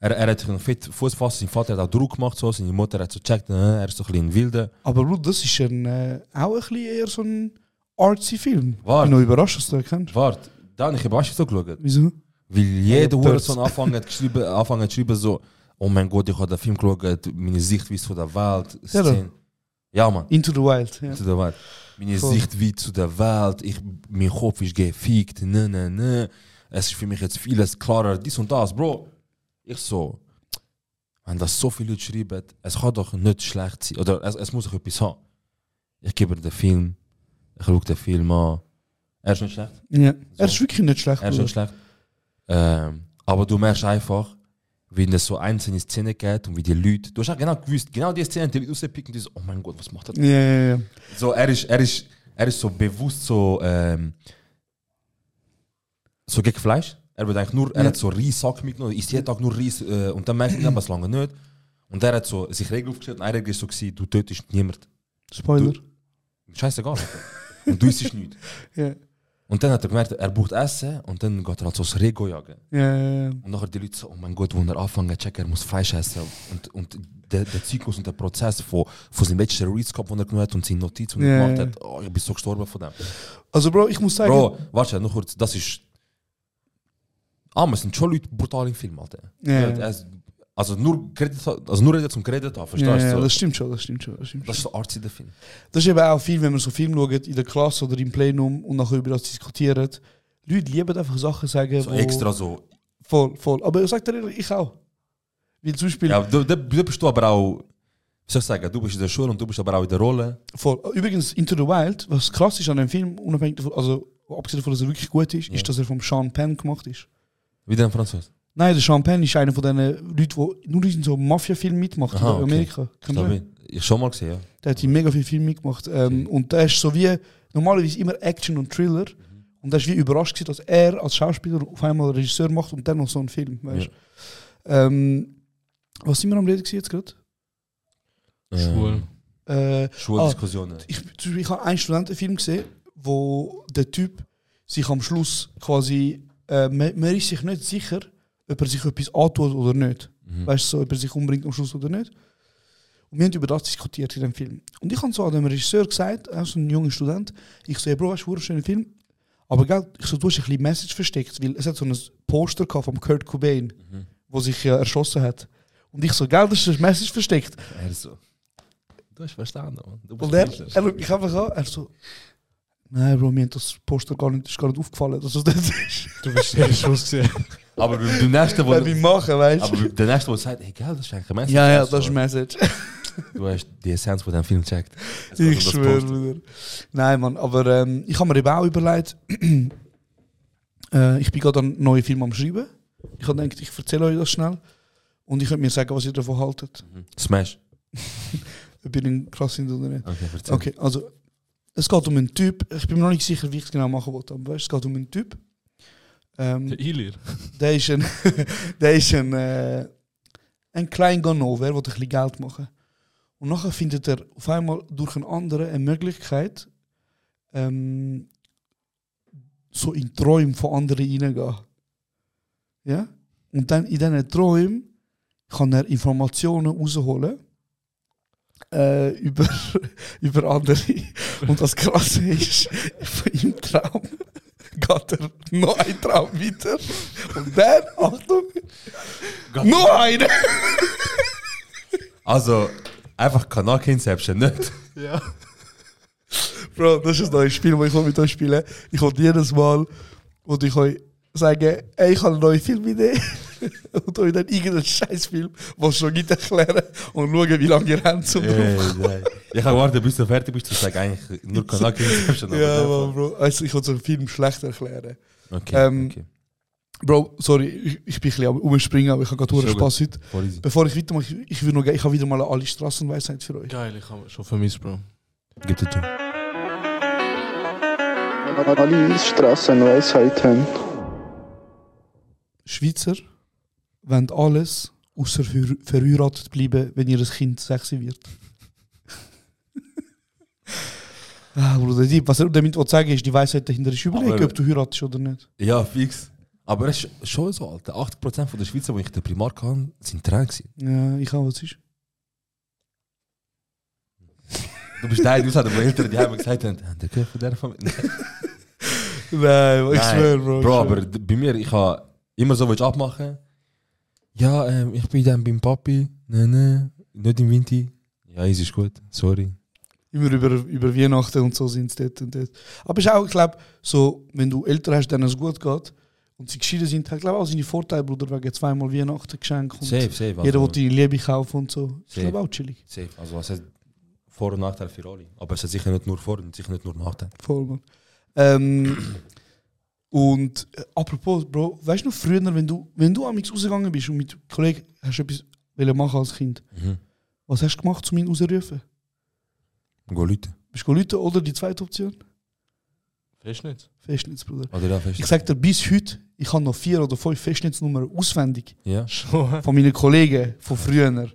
Er, er hat einen fit Fuß fassen, sein Vater hat auch Druck gemacht, so, seine Mutter hat so gecheckt, äh, er ist so ein bisschen wilde.
aber Bro, das ist ein, äh, auch ein bisschen eher so ein artsy Film.
Warte.
Ich bin noch überrascht, dass du den kennst.
Warte, dann, ich habe auch schon so geschaut.
Wieso?
Weil jeder
Dort.
Hurensohn anfangen hat geschrieben, anfangen hat geschrieben so, oh mein Gott, ich habe den Film geschaut, meine Sichtweise von der Welt. Szenen. Ja, Mann,
Into the Wild, ja.
zu der Welt. Meine
Voll.
Sichtweise zu der Welt, ich, mein Kopf ist gefickt, ne, ne, ne. Es ist für mich jetzt vieles klarer, dies und das, Bro. Ich so, wenn das so viele Leute schreiben, es kann doch nicht schlecht sein, oder es, es muss doch etwas haben. Ich gebe den Film, ich schaue den Film an. Er ist nicht schlecht.
ja. Er ist
So.
wirklich nicht schlecht,
Er ist
Bruder.
schon schlecht. Ähm, aber du merkst einfach, wie es so einzelne Szenen geht und wie die Leute. Du hast auch genau gewusst, genau die Szenen, die Leute rauspicken, die so, oh mein Gott, was macht er?
Ja, ja, ja.
So, er ist, er ist, er ist so bewusst so, ähm, so gegen Fleisch. Er wird eigentlich nur, er
Ja.
hat so Reis Sack mitgenommen, isst jeden Tag nur Reis äh, und dann merkt man, was lange nicht. Und er hat so sich Regeln aufgestellt und eine Regel ist so gewesen, du tötest niemand.
Spoiler.
Scheißegal. und du isst nichts.
Ja.
Und dann hat er gemerkt, er braucht Essen und dann geht er halt so das Rego jagen.
Ja, ja, ja.
Und nachher die Leute so, oh mein Gott, wo er anfangen checken, er muss Fleisch essen. Und, und der, der Zyklus und der Prozess von, von seinem letzten Readskopf, den er genommen hat und seine Notiz, die er
Ja,
gemacht
ja.
hat, oh, ich bin so gestorben von dem.
Also, Bro, ich muss sagen,
Bro, warte, noch kurz, das ist... Ah, es sind schon Leute brutal im Film, Alter.
Ja, ja.
Es- Also nur geredet, also nur redet zum Geredet haben, verstehst
ja, ja,
du?
das
Das,
stimmt schon, das stimmt schon. Das stimmt schon.
das ist so artsy, der Film.
Das ist eben auch viel, wenn man so Film schaut, in der Klasse oder im Plenum und nachher über das diskutieren. Leute lieben einfach Sachen sagen.
So
wo-
extra so.
Voll, voll. Aber ich sag dir ehrlich, ich auch. Weil zum Beispiel,
Ja, du, du, du bist du aber auch... Wie soll ich sagen, du bist in der Schule und du bist aber auch in der Rolle.
voll. Übrigens, Into the Wild, was krass ist an dem Film, unabhängig davon, also abgesehen davon, dass er wirklich gut ist,
Ja.
ist, dass er vom Sean Penn gemacht ist.
Wie der Franzose.
Nein, der Sean Penn ist einer von den Leuten, die nur in so Mafia-Filmen mitmacht
Aha,
in
okay.
Amerika. Kennst du den?
Stabil. Ich schon mal gesehen, ja.
Der hat in mega viel Filme mitgemacht. Ähm, Und der ist so wie normalerweise immer Action und Thriller. Und da ist wie überrascht, gewesen, dass er als Schauspieler auf einmal Regisseur macht und dann noch so einen Film. Weißt? Ähm, was sind wir am Reden gewesen jetzt gerade?
Eh,
Schwul.
Äh,
Schuldiskussionen.
ich, zum Beispiel, ich habe einen Studentenfilm gesehen, wo der Typ sich am Schluss quasi. Äh, man, man ist sich nicht sicher, ob er sich etwas antut oder nicht. Weißt du, so, ob er sich umbringt am Schluss oder nicht. Und wir haben über das diskutiert in dem Film. Und ich habe so an dem Regisseur gesagt, auch so ein junger Student, ich so, hey, Bro, weißt du, wunderschöner Film. Aber gell, ich so, du hast ein bisschen Message versteckt, weil es hat so ein Poster gehabt von Kurt Cobain, wo sich ja erschossen hat. Und ich so, gell, das ist ein Message versteckt.
Er so. Du hast verstanden, Mann. Du bist
Und er,
Künstler.
er schaut mich einfach an, er so, nein Bro, mir hat das Poster gar nicht, ist gar nicht aufgefallen, dass es das ist.
Du bist sehr Schuss gesehen.
*laughs*
aber beim beim nächsten, wo
Wenn wir machen, weißt
aber
du.
beim- der nächste, wo sagt, hey, geil, das ist eigentlich ein Message.
Ja, ja,
Also,
das ist Message.
Du hast die Essenz von dem Film gecheckt. Das war
ich
so das
schwöre,
Poster.
Bruder. Nein, Mann, aber ähm, ich habe mir eben auch *clears throat* überlegt, äh, ich bin gerade an neue Film am Schreiben. Ich habe gedacht, ich erzähle euch das schnell und ich könnt mir sagen, was ihr davon haltet.
Hm. Smash.
Ob ihr ihn krass findet oder nicht.
Okay, erzähl.
Okay, also es geht um einen Typ, ich bin mir noch nicht sicher, wie ich es genau machen wollte, aber weißt, du, es geht um einen Typ. Ähm,
Der Ilir.
Der ist een, *laughs* der ist een, äh, een klein Ganover, der ein bisschen Geld machen Und nachher findet er auf einmal durch einen anderen eine Möglichkeit, ähm, so in Träume von anderen hineingehen. Ja? Und dann in diesen Träumen kann er Informationen rausholen äh, über, *laughs* über andere. Und das Krasse ist, *laughs* von im Traum geht er noch einen Traum weiter. Und dann, Achtung, noch einen!
Also, einfach Kanake
*laughs*
Inception, nicht?
Bro, das ist ein neues Spiel, das ich mit euch spielen will. Ich will jedes Mal, wo ich euch sage, ey, ich habe eine neue Filmidee. *laughs* Und euch dann irgendeinen Scheißfilm, was es schon nicht erklären und schauen, wie lange ihr habt zum
Ey, nein. Ich kann warten, bis du fertig bist. Ich sage eigentlich nur Kanake Inception. aber
Ja,
der-
Mann, Bro. Also, ich will so einen Film schlecht erklären.
Okay,
Ähm,
okay.
Bro, sorry, ich, ich bin ein bisschen am Umspringen, aber ich habe gerade
Ist
verdammt
schon gut.
Spaß heute.
Voll easy.
Bevor ich weitermache, ich, ich will noch, ich habe wieder mal alle Straßenweisheit für euch.
Geil, ich habe schon vermisst, Bro.
Gib den Jump.
Alle Straßenweisheiten.
Schweizer wollen alles außer ver verheiratet bleiben, wenn ihr Kind sexy wird. *laughs* ah, Bruder, die, was er damit will sagen ist, die Weisheit dahinter ist überleg,
Aber-
ob du heiratest oder nicht.
Ja, fix. Aber es ist schon so, Alter. 80% von der Schweizer, die ich den Primark habe, sind Tränen. gewesen.
Ja, ich habe was ist.
Du bist der, du hast aber Eltern, die haben gesagt, haben, der gehört von dieser Familie.
Nein, ich
Nein.
schwör, Bro. ich
Bro,
schwör.
aber d- bei mir, ich habe immer so, willst du abmachen? Ja, ähm, ich bin dann beim Papi. Nein, nein, nicht im Winter. Ja, es ist gut, sorry.
Immer über, über Weihnachten und so sind es dort und dort. Aber ist auch, ich glaube, so, wenn du Eltern hast, denen es gut geht und sie geschieden sind, hat, glaube auch seine Vorteile, Bruder, wegen zweimal Weihnachten geschenkt. und
Safe, safe.
Jeder
also,
will die Liebe kaufen und so. Ist,
Safe.
glaube auch chillig.
Safe. Also, es hat Vor- und Nachteile für alle. Aber es hat sicher nicht nur Vor- und sicher nicht nur Nachteile.
Voll, Mann. Ähm, und äh, apropos, Bro, weißt du noch früher, wenn du, wenn du am rausgegangen bist und mit Kollegen hast du etwas wollen machen als Kind,
Mhm.
was hast du gemacht, um ihn rauszurufen?
Geh Leute.
Bist du Leute oder die zweite Option?
Festnetz?
Festnetz, Bruder.
Oder da fest.
Ich sag dir bis heute, ich habe noch vier oder fünf Festnetznummern auswendig
Ja.
Schon.
von meinen Kollegen von früher.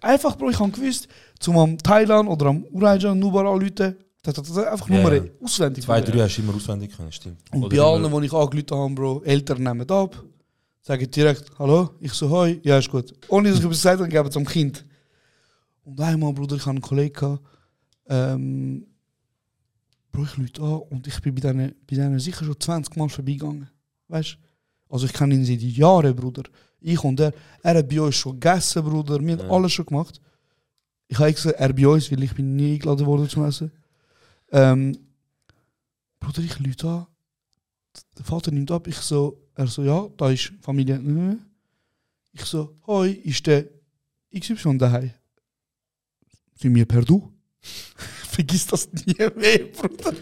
Einfach, Bro, ich habe gewusst, zum am Thailand oder am Urajan Nubar anrufen, da, da, da, da, einfach
Ja,
Nummern
ja.
auswendig.
Zwei,
Bruder.
drei hast du immer auswendig können, stimmt.
Und
Oder
bei allen,
immer-
die ich angerufen habe, Bro, Eltern nehmen ab, sagen direkt «Hallo?» Ich so «Hoi?» «Ja, ist gut.» Ohne, dass ich etwas gesagt habe, geben sie am Kind. Und einmal, Bruder, ich hatte einen Kollegen, gehabt, ähm, Bro, oh, ich rufe an und ich bin bei denen, bei denen sicher schon 20 Mal vorbeigegangen. Weißt du? Also ich kenne ihn seit Jahren, Bruder. Ich und er. Er hat bei uns schon gegessen, Bruder. Wir haben
Ja.
alles schon gemacht. Ich habe extra er bei uns, weil ich bin nie eingeladen worden zum Essen. Ähm, Bruder, ich rufe an. Der Vater nimmt ab. Ich so, er so, ja, da ist Familie. äh, Ich so, hoi, ist der XY daheim? Sind wir per Du? *laughs* Vergiss das nie mehr, Bruder.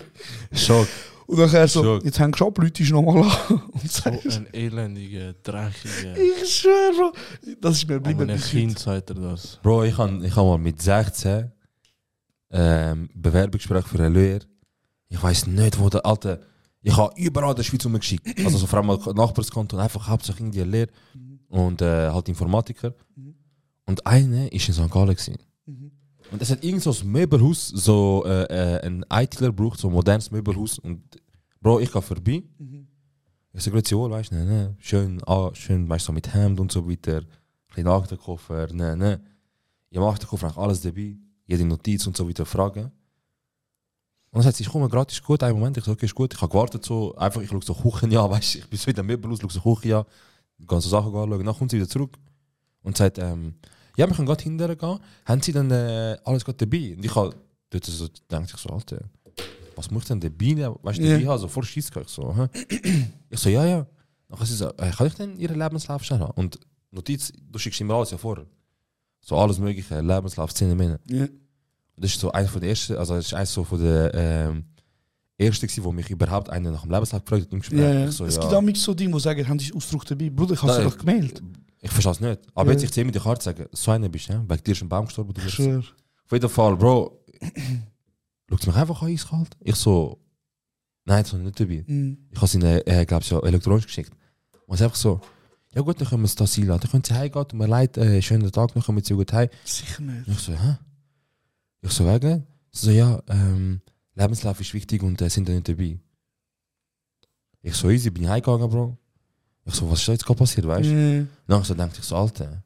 Schock.
Und nachher so,
Schock.
jetzt hängst du ab, Leute, nochmal an. *laughs* Und
So
sagst,
ein elendiger, dreckiger.
ich schwöre, Bro, das ist mir
Aber
geblieben.
ein
bis
Kind sagt er das.
Bro, ich habe ich hab mal mit 16 ähm, Bewerbungsgespräch für eine Lehre. Ich weiß nicht, wo der alte. Ich habe überall in der Schweiz rumgeschickt. Also so vor allem mal Nachbarskanton, einfach hauptsächlich irgendwie eine Lehre und äh, halt Informatiker. Und eine ist in St. Gallen. Gewesen. Und es hat irgend so ein Möbelhaus, so äh, äh, ein ITler braucht, so ein modernes Möbelhaus. Und Bro, ich gehe vorbei. Ich sage, grüezi wohl, weißt du, ne, ne, schön, ah, schön, weißt du, so mit Hemd und so weiter. Kleiner Aktenkoffer, ne, ne. Im Aktenkoffer habe ich alles dabei, jede Notiz und so weiter, Fragen. Und dann sagt sie, ich komme gratis, gut, einen Moment, ich sage, okay, ist gut, ich habe gewartet, so, einfach, ich schaue so Kuchen, ja, *laughs* weißt du, ich bin so in der Möbel aus, schaue so Kuchen, ja, gehe so Sachen anschauen, dann kommt sie wieder zurück und sagt, ähm, ja, wir können gerade hinterher gehen, haben sie dann äh, alles gerade dabei? Und ich habe dort so, denkt ich so, Alter, was muss ich denn dabei, nehmen? weißt du,
Ja.
dabei haben, so voll Schiss gehabt, ich so, hä? *clears throat* Ich so, ja, ja. Dann sie so, äh, kann ich denn ihren Lebenslauf schauen? Und Notiz, du schickst immer alles ja vor. So alles mögliche, Lebenslauf, 10 Minuten.
jetzt. Ja.
Das ist so einer von der ersten, also das ist eins so von der ähm, ersten, gewesen, wo mich überhaupt einer nach dem Lebenslauf gefragt hat im Gespräch.
Ja, ja.
Ich so,
es
ja,
gibt auch manchmal so Dinge, die sagen, haben die Ausdruck dabei? Bruder, ich habe es
Nein.
doch gemeldet.
ich verstehe es nicht. Aber
Ja.
jetzt ich sehe mir die Karte sagen, so einer bist du, ja? wegen dir ist ein Baum dus gestorben. Du
Ich
wirst-
schwöre.
Auf jeden Fall, Bro, schaut mich einfach an, eiskalt. Ich so, nein, das ist nicht dabei.
Mhm.
Ich habe sie, ihnen, äh, glaube ich, so elektronisch geschickt. Und sie einfach so, ja gut, dann können wir es das einladen. Dann können sie heimgehen, tut mir leid, äh, schönen Tag, noch kommen sie gut heim.
Sicher nicht.
Und ich so, hä? Ich so, wegen? Sie so, ja, ähm, Lebenslauf ist wichtig und äh, sind da nicht dabei. Ich so, easy, bin heimgegangen, Bro. Ich so, was ist da jetzt gerade passiert, weißt du?
Ja.
Dann so dachte ich so, Alter,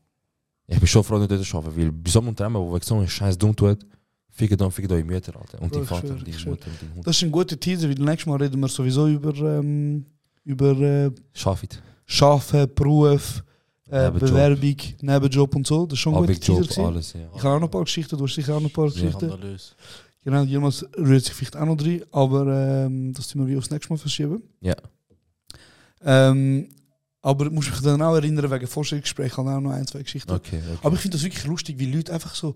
ich bin schon froh, dass ich dort arbeite, weil bei so einem Unternehmen, wo ich so einen Scheiß dumm tut, ficken dann, ficken eure Mütter, Alter. Und
Bro,
die
ich
Vater,
schwör,
und die
ich schwör.
Mutter, und die Hund.
Das ist ein guter Teaser, weil nächstes Mal reden wir sowieso über, ähm, über äh,
Schafit.
Schaffen, Beruf, äh,
Nebenjob.
Bewerbung, Nebenjob und so. Das ist schon ein guter Teaser.
Abwegjob,
gewesen.
Ah, alles, ja.
Ich habe auch noch ein paar Geschichten, du hast sicher auch noch ein paar Geschichten.
Skandalös.
Genau, jemand rührt sich vielleicht auch noch drin, aber ähm, das tun wir wie aufs nächste Mal verschieben.
Ja.
Ähm, aber muss mich dann nou auch erinnern, wegen Vorstellungsgespräch habe ich auch noch ein, zwei Geschichten.
Okay, okay.
Aber ich finde das wirklich lustig, wie Leute einfach so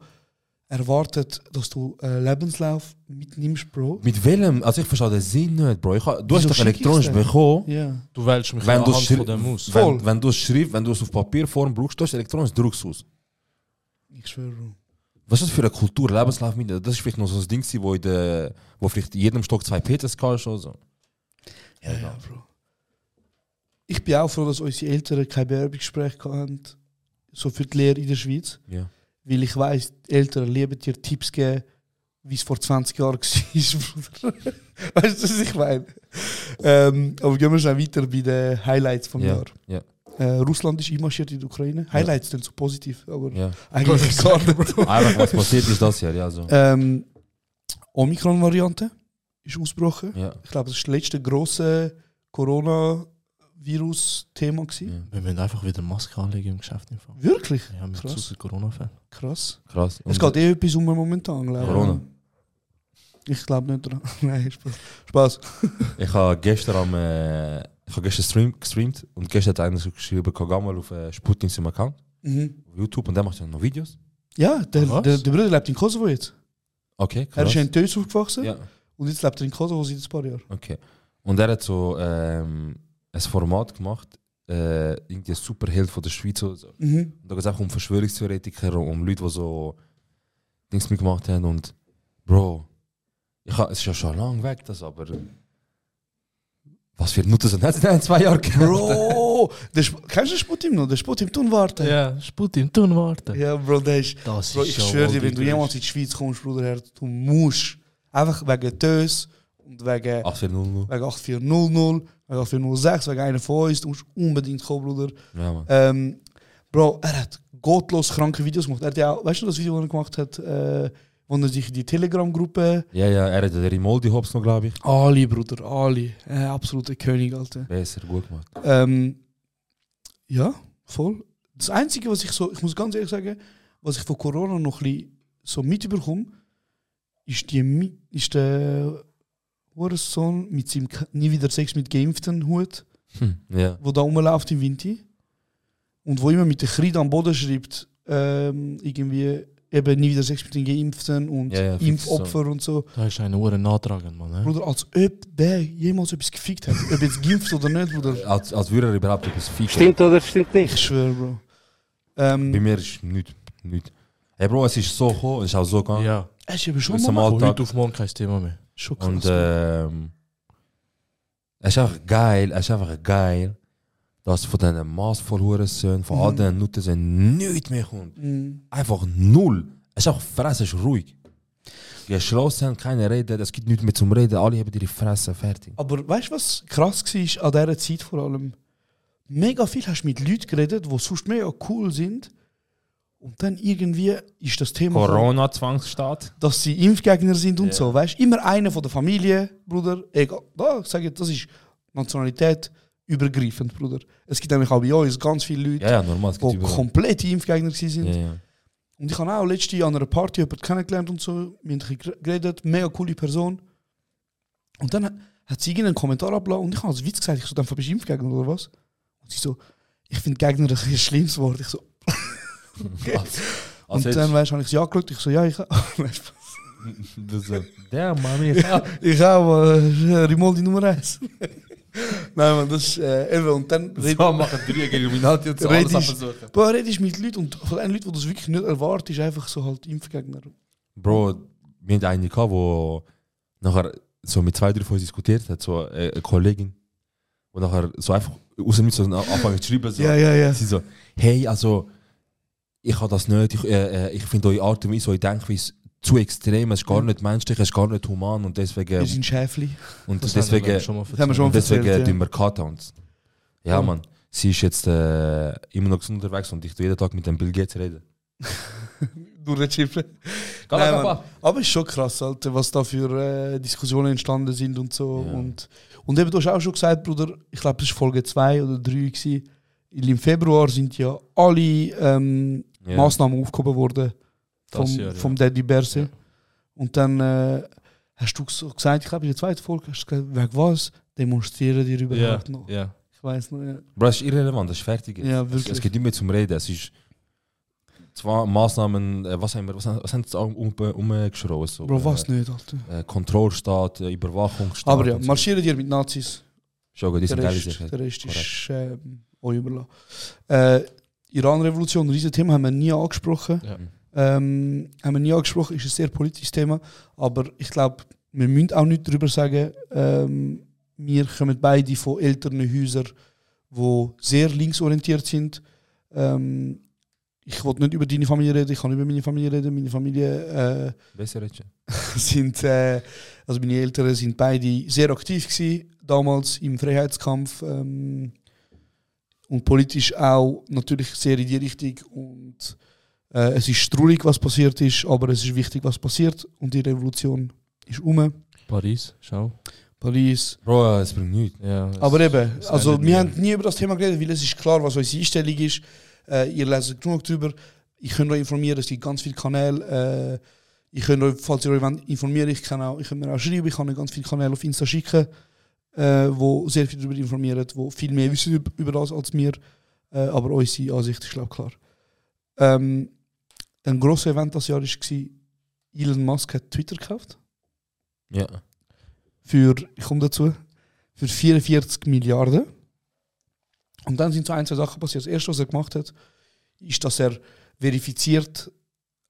erwartet, dass du äh, Lebenslauf mitnimmst, Bro.
Mit welchem? Also ich verstehe den Sinn nicht, Bro. Ich, ha- du hast
Wieso
doch
schick ich's
elektronisch
denn?
bekommen.
Ja.
Du wählst mich
Wenn du,
anhand
schri
von dem aus.
Voll.
wenn, wenn du es schreibst, wenn du es auf Papierform brauchst, du hast elektronisch druckst du es.
Ich schwöre, Bro.
Was ist das für eine Kultur, Lebenslauf mit? Das ist vielleicht noch so ein Ding, gewesen, wo, in der, wo vielleicht in jedem Stock zwei PCs kannst oder so.
Ja,
Genau.
ja, Bro. Ich bin auch froh, dass unsere Eltern kein Bewerbungsgespräch hatten, so für die Lehre in der Schweiz.
Ja.
Weil ich weiß, die Eltern lieben dir Tipps geben, wie es vor 20 Jahren *laughs* war, Bruder. Weißt du, was ich meine? Ähm, aber gehen wir schnell weiter bei den Highlights vom
Ja.
Jahr.
Ja.
Äh, Russland ist einmarschiert in die Ukraine. Highlights sind so positiv, aber
Ja.
eigentlich gar nicht.
Einfach was passiert ist das Jahr, ja. So.
Äh,
Ähm, Omikron-Variante ist ausgebrochen.
ja.
Ich glaube, das war das letzte grosse Coronavirus-Thema.
Ja.
gewesen.
Wir müssen einfach wieder Maske anlegen im Geschäft. im Fall.
Wirklich?
Ja, wir
Krass.
sind zu Corona-Fan.
Krass.
Krass.
es geht eh etwas um momentan, glaube ich.
Corona.
Ich glaube nicht *laughs* dran. Nein, Spaß. Spaß.
Ich habe gestern am äh, ich habe gestern stream, gestreamt und gestern hat einer so geschrieben, ich mal auf äh, Sputnik seinem Account,
Mhm.
auf YouTube und der macht ja noch Videos.
Ja, der,
Was?
der, der Bruder lebt in Kosovo jetzt.
Okay,
Er
krass.
ist ja in Tös aufgewachsen
ja,
und jetzt lebt er in Kosovo seit ein paar Jahren.
okay. Und er hat so ähm, ein Format gemacht, äh, irgendwie Superheld von der Schweiz oder so.
Mhm.
Und da geht es auch um Verschwörungstheoretiker, um Leute, die so Dings mitgemacht haben. Und Bro, ich ha, es ist ja schon lange weg, das aber. Was für Nutzen sind das in zwei Jahren
*laughs*
gemacht?
Bro! Der, Sp- kennst du den Sputim noch? Der Sputim tun warten.
Ja, Sputin, tun warten.
ja, Bro, der ist.
Das
Bro, ich schwöre dir, wenn du jemals in die Schweiz kommst, Bruder, Herr, du musst. Einfach wegen Tös und wegen,
Ach, für null, null.
wegen 8400, wegen 8406, wegen einer von uns. Du musst unbedingt kommen, Bruder.
Ja, man.
Ähm, Bro, er hat gottlos kranke Videos gemacht. Er hat ja auch, weißt du, das Video, das er gemacht hat, äh, wo er sich in die Telegram-Gruppe.
Ja, ja, er hat ja den Rimoldi Hops noch, glaube ich.
Ali, Bruder, Ali. Äh, absoluter König, Alter.
Besser, gut gemacht.
Ähm, ja, voll. Das Einzige, was ich so, ich muss ganz ehrlich sagen, was ich von Corona noch ein bisschen so mitbekomme, ist, die, Mi- ist der Hurensohn mit seinem K- nie wieder Sex mit Geimpften Hut,
Hm. Ja.
wo da rumläuft im Winter und wo immer mit der Kreide am Boden schreibt, ähm, irgendwie eben nie wieder Sex mit den Geimpften und
Ja, ja, fix
Impfopfer und so.
Da ist ein Uhren nachtragen, Mann. ne? hä?
Bruder, als ob der jemals etwas gefickt hat, ob jetzt geimpft oder nicht, Bruder.
Als, als würde er überhaupt etwas ficken.
oder stimmt nicht?
Ich schwöre, Bro.
Bei
Ähm,
mir ist nichts. Nicht. Hey, Bro, es ist so gekommen, es ist auch so gegangen.
Ja,
Es ist eben schon
Aus dem
mal
von
Alltag.
heute auf morgen kein Thema mehr.
schon krass.
Und ähm, es ist einfach geil, es ist einfach geil, dass von diesen maßvollen Söhnen, von all
Mhm.
diesen Nutten Söhnen nichts mehr kommt.
Mhm.
Einfach null. Es ist auch Fresse, es ist ruhig. Geschlossen, keine Rede, es gibt nichts mehr zum Reden, alle haben ihre Fresse fertig.
Aber weißt du, was krass war an dieser Zeit vor allem? Mega viel hast du mit Leuten geredet, die sonst mega cool sind. Und dann irgendwie ist das Thema, gekommen,
Corona-Zwangsstaat?
dass sie Impfgegner sind und so. Weißt du, immer einer von der Familie, Bruder. Egal, da, ich sage, das ist Nationalität übergreifend, Bruder. Es gibt nämlich auch bei uns ganz viele Leute,
Ja, ja, normal, es gibt
die
überall.
komplette Impfgegner gewesen sind.
Ja, ja.
Und ich habe auch letzte an einer Party jemanden kennengelernt und so, wir haben ein bisschen geredet, mega coole Person. Und dann hat sie irgendeinen Kommentar abgelassen und ich habe als Witz gesagt, ich so, dann bist du Impfgegner oder was? Und sie so, ich finde Gegner ein bisschen schlimmes Wort. Ich so,
Also,
und
also
dann weißt, habe ich sie angeschaut, ich so, ja, ich *laughs* habe
jetzt, das, der Mami, ja.
ich habe äh, Rimoldi Nummer *laughs* 1. Nein, man, das ist äh, eben, und dann red,
*laughs* so machen drei Illuminati und so alles
redest,
abversuchen.
boah, redest mit Leuten und von den Leuten, die das dus wirklich nicht erwarten, ist einfach so halt Impfgegner.
Bro, wir hatten einen, gehabt, wo nachher so mit zwei, drei von uns diskutiert hat, so äh, eine Kollegin. Und nachher so einfach aus dem Nichts so anfangen zu schreiben. So.
Ja, ja, ja.
Sie so, hey, also, ich habe das nicht, ich, äh, äh, ich finde eure Art und Weise, eure Denkweise zu extrem, es ist gar nicht menschlich, es ist gar nicht human und deswegen,
Wir sind Schäfli.
und
Das haben wir, glaub
deswegen,
ich, schon mal
Das haben wir schon
und deswegen
erzählt, ja.
tun wir Cut und ja,
Ja.
Mann, sie ist jetzt äh, immer noch gesund unterwegs und ich tu jeden Tag mit dem Bill
*laughs*
Gates reden.
Durch den Schiff. Nein, Mann. Aber es ist schon krass, Alter, was da für äh, Diskussionen entstanden sind und so.
Ja.
Und, und eben, du hast auch schon gesagt, Bruder, ich glaube, das war Folge 2 oder 3. Im Februar sind ja alle ähm,
Ja.
Massnahmen aufgehoben worden vom,
Das Jahr, ja.
vom Daddy Berse.
Ja.
Und dann äh, hast du so gesagt, ich glaube, in der zweiten Folge hast du gesagt, wegen was demonstrieren die
Ja,
überhaupt noch?
ja.
Ich weiß noch, ja.
Bro, das ist irrelevant, das ist fertig. jetzt.
Ja,
Es
wirklich.
geht nicht mehr zum Reden. Es ist zwei Maßnahmen, äh, was haben wir, was, haben- was haben sie umgeschraubt? Um, umgeschraubt, so,
Bro, was nicht, Alter.
Äh, Kontrollstaat, äh, Überwachungsstaat.
Aber ja,
und so.
marschieren ihr mit Nazis.
Schon gut, die
Der
sind geile
Rest,
Sachen.
der Rest
Korrekt.
ist ähm, euch überlassen. Äh, Iran-Revolution, ein riesen Thema, haben wir nie angesprochen.
Ja.
Hm.
Ähm, haben wir nie angesprochen, ist ein sehr politisches Thema. Aber ich glaube, wir müssen auch nicht darüber sagen, ähm, wir kommen beide von Elternhäusern, die sehr linksorientiert sind. Ähm, ich wollte nicht über deine Familie reden, ich kann nicht über meine Familie reden. Meine Familie äh,
Besser Rädchen.
*laughs* sind, äh, also meine Eltern sind beide sehr aktiv gewesen, damals im Freiheitskampf ähm, und politisch auch natürlich sehr in die Richtung und äh, es ist traurig, was passiert ist, aber es ist wichtig, was passiert und die Revolution ist um,
Paris, schau.
Paris.
Bro, äh, es bringt nichts.
Ja, es-
Aber eben,
es
also
endet
wir
nie.
haben nie über das Thema geredet, weil es ist klar, was unsere Einstellung ist. Äh, ihr lest genug drüber. Ich könnt euch informieren, es gibt ganz viele Kanäle. Äh, ich könnt euch, falls ihr euch wollt, informieren ich kann auch, ich kann mir auch schreiben, ich kann euch ganz viele Kanäle auf Insta schicken, äh, wo sehr viel darüber informieren, wo viel mehr wissen üb- über das als wir. Äh, aber unsere Ansicht ist glaube ich, klar. Ähm, ein grosses Event das Jahr war, Elon Musk hat Twitter gekauft
Ja.
für, ich komme dazu, für 44 Milliarden. Und dann sind so ein, zwei Sachen passiert. Das erste, was er gemacht hat, ist, dass er verifiziert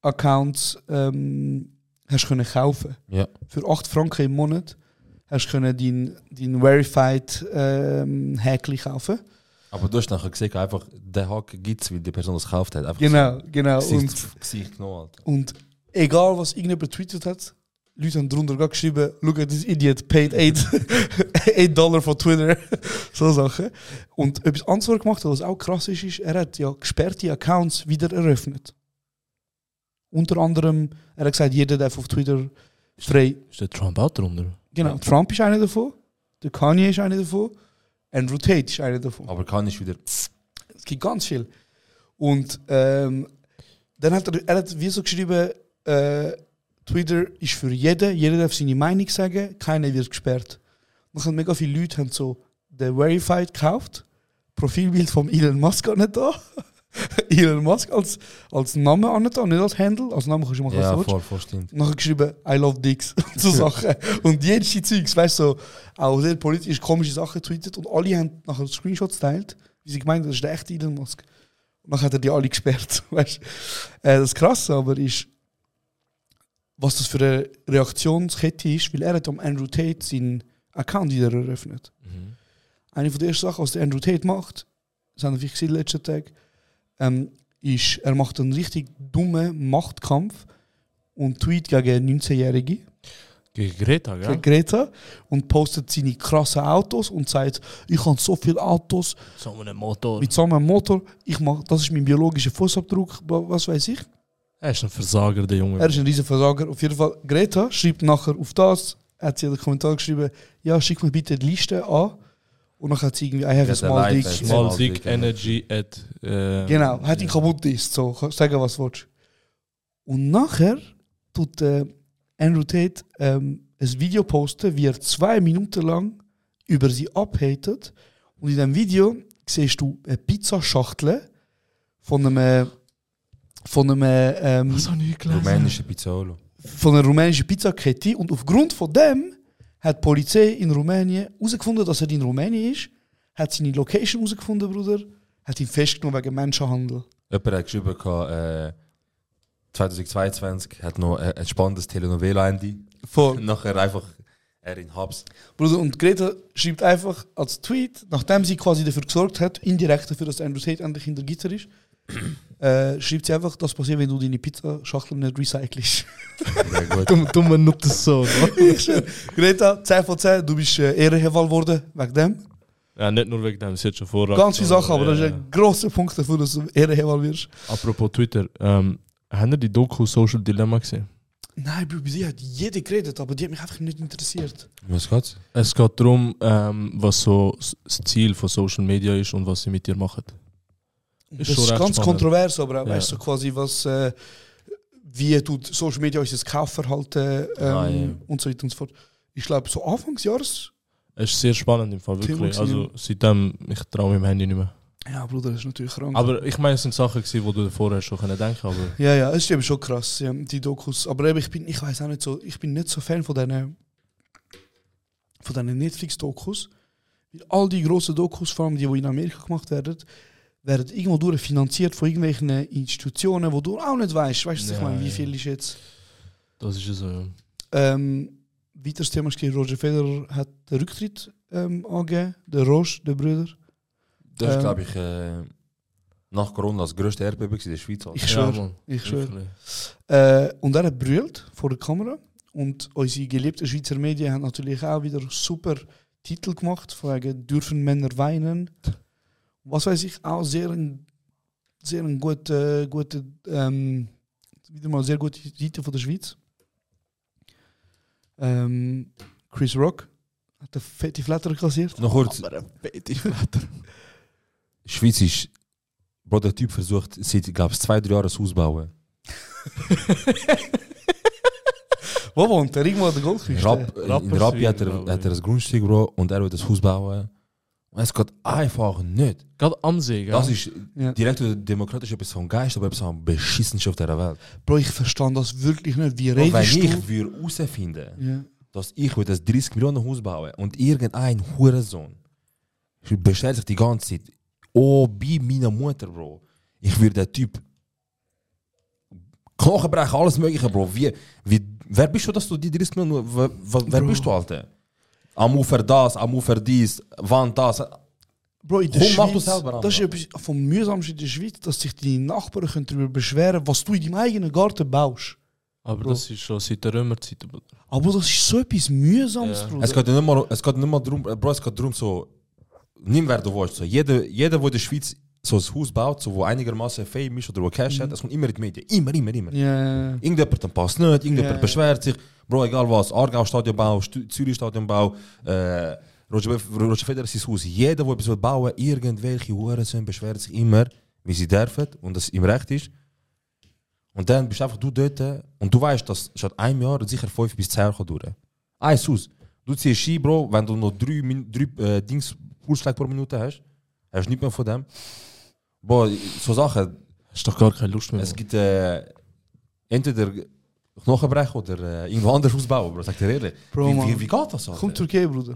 Accounts ähm, hast können kaufen.
Ja.
Für 8 Franken im Monat hast können dein, dein verified ähm, Häkli kaufen.
Aber du hast nachher gesehen, einfach, der Hack gibt es, weil die Person das gekauft hat. Einfach
Genau, genau.
So,
Und,
Gesicht, Gesicht genommen, Alter.
und egal, was irgendjemand getwittert hat, Leute haben drunter gerade geschrieben, look at this idiot, paid *laughs* 8, 8 Dollar von Twitter. *laughs* so Sachen. Und etwas anderes was er gemacht hat, was auch krass ist, ist, er hat ja gesperrte Accounts wieder eröffnet. Unter anderem, er hat gesagt, jeder darf auf Twitter frei...
Ist der Trump auch drunter?
Genau, Trump ist einer davon, der Kanye ist einer davon, Andrew Tate ist einer davon.
Aber kann ich wieder.
Es gibt ganz viel. Und ähm, dann hat er, er hat wie so geschrieben, äh, Twitter ist für jeden, jeder darf seine Meinung sagen, keiner wird gesperrt. Dann haben mega viele Leute haben so den Verified gekauft, Profilbild von Elon Musk an da. *laughs* Elon Musk als, als Name an da, nicht als Handle. Als Name kannst du machen, was du
Ja,
willst.
voll, voll stimmt.
Nachher geschrieben, I love dicks. *laughs* so Sachen. Und jedes Zeugs, weißt du, so, auch sehr politisch komische Sachen getweetet. Und alle haben nachher Screenshots geteilt, wie sie gemeint haben, das ist der echte Elon Musk. Und nachher hat er die alle gesperrt. *laughs* Weißt? du. Äh, das Krasse aber ist, was das für eine Reaktionskette ist, weil er hat am Andrew Tate seinen Account wieder eröffnet. Eine von der ersten Sachen, was der Andrew Tate macht, das haben wir vielleicht gesehen letzten Tag, ähm, ist, er macht einen richtig dummen Machtkampf und tweet gegen 19-Jährige,
Gegen Greta, gell?
gegen Greta, und postet seine krassen Autos und sagt, ich habe so viele Autos
So einen Motor.
mit so einem Motor, ich mach, das ist mein biologischer Fußabdruck, wa- was weiß ich.
Er ist ein Versager, der Junge.
Er ist ein riesen Versager. Auf jeden Fall, Greta schreibt nachher auf das, hat sie in den Kommentar geschrieben, ja, schick mir bitte die Liste an. Und dann hat sie irgendwie, I have a
der
small
Life
dick.
hat sie.
Small
Small
Dick
Dick
Energy at. Äh,
Genau, hat ihn kaputt ist, so, kannst sagen, was du willst. Und nachher tut äh, Andrew Tate ähm, ein Video posten, wie er zwei Minuten lang über sie abhatet. Und in diesem Video siehst du eine Pizzaschachtel von einem, äh, von einem, äh, ähm,
Was habe ich gelesen?
Rumänische Pizzolo.
von einer rumänischen Pizzakette. Und aufgrund von dem hat die Polizei in Rumänien herausgefunden, dass er in Rumänien ist, hat seine Location herausgefunden, Bruder, hat ihn festgenommen wegen Menschenhandel.
Jemand hat geschrieben, gehabt, äh, 2022 hat noch ein, ein spannendes Telenovela-Handy.
Voll.
*laughs* Nachher einfach er in Hubs.
Bruder, und Greta schreibt einfach als Tweet, nachdem sie quasi dafür gesorgt hat, indirekt dafür, dass Andrew Tate endlich hinter Gitter *clears throat* ist, äh, schreibt sie einfach, das passiert, wenn du deine Pizzaschachtel nicht *laughs* recycelst.
Sehr gut.
Dumme, dumme Nuttensohn.
Dus, eh, Greta, 10 von 10, du bist äh, Ehrenheval geworden, wegen dem.
ja, nicht nur wegen dem, sie hat schon vorher.
Ganz viele Sachen, aber
Ja,
das ist
ja.
ein grosser Punkt dafür, dass du Ehrenheval wirst.
Apropos Twitter, ähm, haben ihr die Doku Social Dilemma gesehen?
Nein, Bro, bei dir hat jeder geredet, aber die hat mich einfach nicht interessiert.
Was geht's?
Es geht darum, ähm, was so s- das Ziel von Social Media ist und was sie mit dir machen.
Und
Ist
das
schon
ist
recht
ganz
spannend.
kontrovers, aber auch,
Ja.
weißt du quasi, was äh, wie tut Social Media unser Kaufverhalten ähm,
Ah, ja.
und so weiter und so fort. Ich glaube, so Anfangsjahres
Es ist sehr spannend im Fall,
Thema
wirklich.
gewesen,
Also seitdem, ich traue meinem Handy nicht mehr.
Ja, Bruder, das ist natürlich krank.
Aber ich meine, es sind Sachen, gewesen, wo du vorher schon können denken aber
Ja, ja, es ist eben schon krass, ja, die Dokus. Aber eben, ich bin, ich weiß auch nicht so, ich bin nicht so Fan von diesen von diesen Netflix-Dokus. Weil All die grossen Dokus, vor allem die, die in Amerika gemacht werden, werden irgendwo durch finanziert von irgendwelchen Institutionen, wo du auch nicht weißt, weißt du, ich
Ja,
meine, wie
ja.
viel ist jetzt.
das ist ja so. Ja.
Ähm, weiteres Thema ist, gewesen, Roger Federer hat den Rücktritt ähm, angegeben, der Roche, der Brüder.
Das
Ähm.
ist, glaube ich, äh, nach Corona das größte Erdbeben in der Schweiz. Alter.
Ich schwöre,
Mann,
ich schwöre.
wirklich.
Äh, und er hat brüllt vor der Kamera. Und unsere geliebten Schweizer Medien haben natürlich auch wieder super Titel gemacht, von wegen «Dürfen Männer weinen?» Was weiß ich, auch sehr ein, sehr ein guter, guter ähm, wieder mal sehr gute Titel von der Schweiz. Ähm, Chris Rock hat eine fette Flatter kassiert.
Noch kurz.
äh,
Schweiz ist. Bro, der Typ versucht seit, glaube ich, zwei, drei Jahren ein Haus bauen.
Wo wohnt er? Irgendwo an der
In
Goldküste?
Rapp, in
Rapperswil,
Rappi hat er,
glaube
hat
ich.
er ein Grundstück, Bro, und er will das Haus bauen. Und es geht einfach nicht.
Gerade am See, gell?
Das ist
Ja.
direkt oder demokratisch etwas vom Geist, aber etwas am beschissensten auf der Welt.
Bro, ich verstand das wirklich nicht. Wie
Bro, wenn
redest du?
ich würde herausfinden,
Ja.
dass ich will das 30 Millionen Haus bauen und irgendein Hurensohn bestellt sich die ganze Zeit, oh, bei meiner Mutter, Bro. Ich würde der Typ Knochen brechen, alles mögliche, Bro. Wie, wie, wer bist du, dass du die 30 Millionen, wer, wer
Bro.
bist du, Alter? Am Ufer das, am Ufer dies, wann das.
Bro, in der
Komm, mach du
Schweiz,
selber,
das ist etwas vom Mühsamsten in der Schweiz, dass sich die Nachbarn können darüber beschweren was du in deinem eigenen Garten baust.
aber das ist schon seit der Römerzeit. Bruder.
Aber das ist so etwas Mühsames,
Ja.
Bruder.
Es geht ja nicht mal, es geht nicht mal darum, Bro, es geht darum, so, nimm wer du willst. So, jeder, jeder, der in der Schweiz so ein Haus baut, so, wo einigermaßen fame ist oder wo Cash hat, es kommt immer in die Medien. Immer, immer, immer.
Ja,
Irgendjemand dann passt nicht, irgendjemand
Ja.
beschwert sich. Bro, egal was, Aargau Stadionbau, Stu- Zürich Stadionbau, äh, Roger, Bef- Roger Federer ist sein Haus. Jeder, der etwas will bauen irgendwelche Huren sind, beschwert sich immer, wie sie dürfen und das ihm recht ist. Und dann bist einfach du dort äh, und du weißt, dass statt einem Jahr sicher fünf bis zehn Jahre kann dauern Ein Haus. Du ziehst ein, Bro, wenn du noch drei, Min- drei äh, Dings Pulsschläge pro Minute hast, hast du nicht mehr von dem. Boah, so Sachen,
Hast doch gar keine Lust mehr.
es
Mann.
gibt äh, entweder Knochenbrech oder äh, irgendwo anders ausbauen, Bro. Sag dir ehrlich.
Bro,
wie,
Mann.
wie, wie geht das? Alter?
Komm Türkei, Bruder.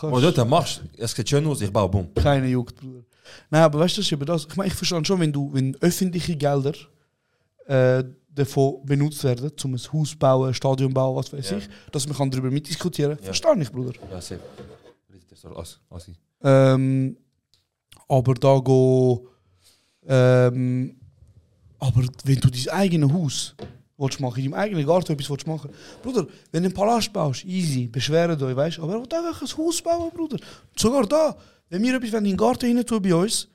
Bro, dort dann machst du, es sieht schön aus, ich baue, boom.
Keine juckt, Bruder. Nein, aber weißt du, das ist eben das. Ich meine, ich verstand schon, wenn du, wenn öffentliche Gelder äh, davon benutzt werden, um ein Haus bauen, ein Stadion bauen, was weiß
Ja.
ich, dass man kann darüber mitdiskutieren kann. Verstehe ich, Bruder.
Ja, safe. Richtig, so, aus- aus-
Ähm, aber da go. Ähm, aber wenn du dein eigenes Haus willst machen, in deinem eigenen Garten etwas willst machen. Bruder, wenn du einen Palast baust, easy, beschweren euch, weißt du. Aber er will einfach ein Haus bauen, Bruder. Sogar da, wenn wir etwas in den Garten hinein tun bei uns,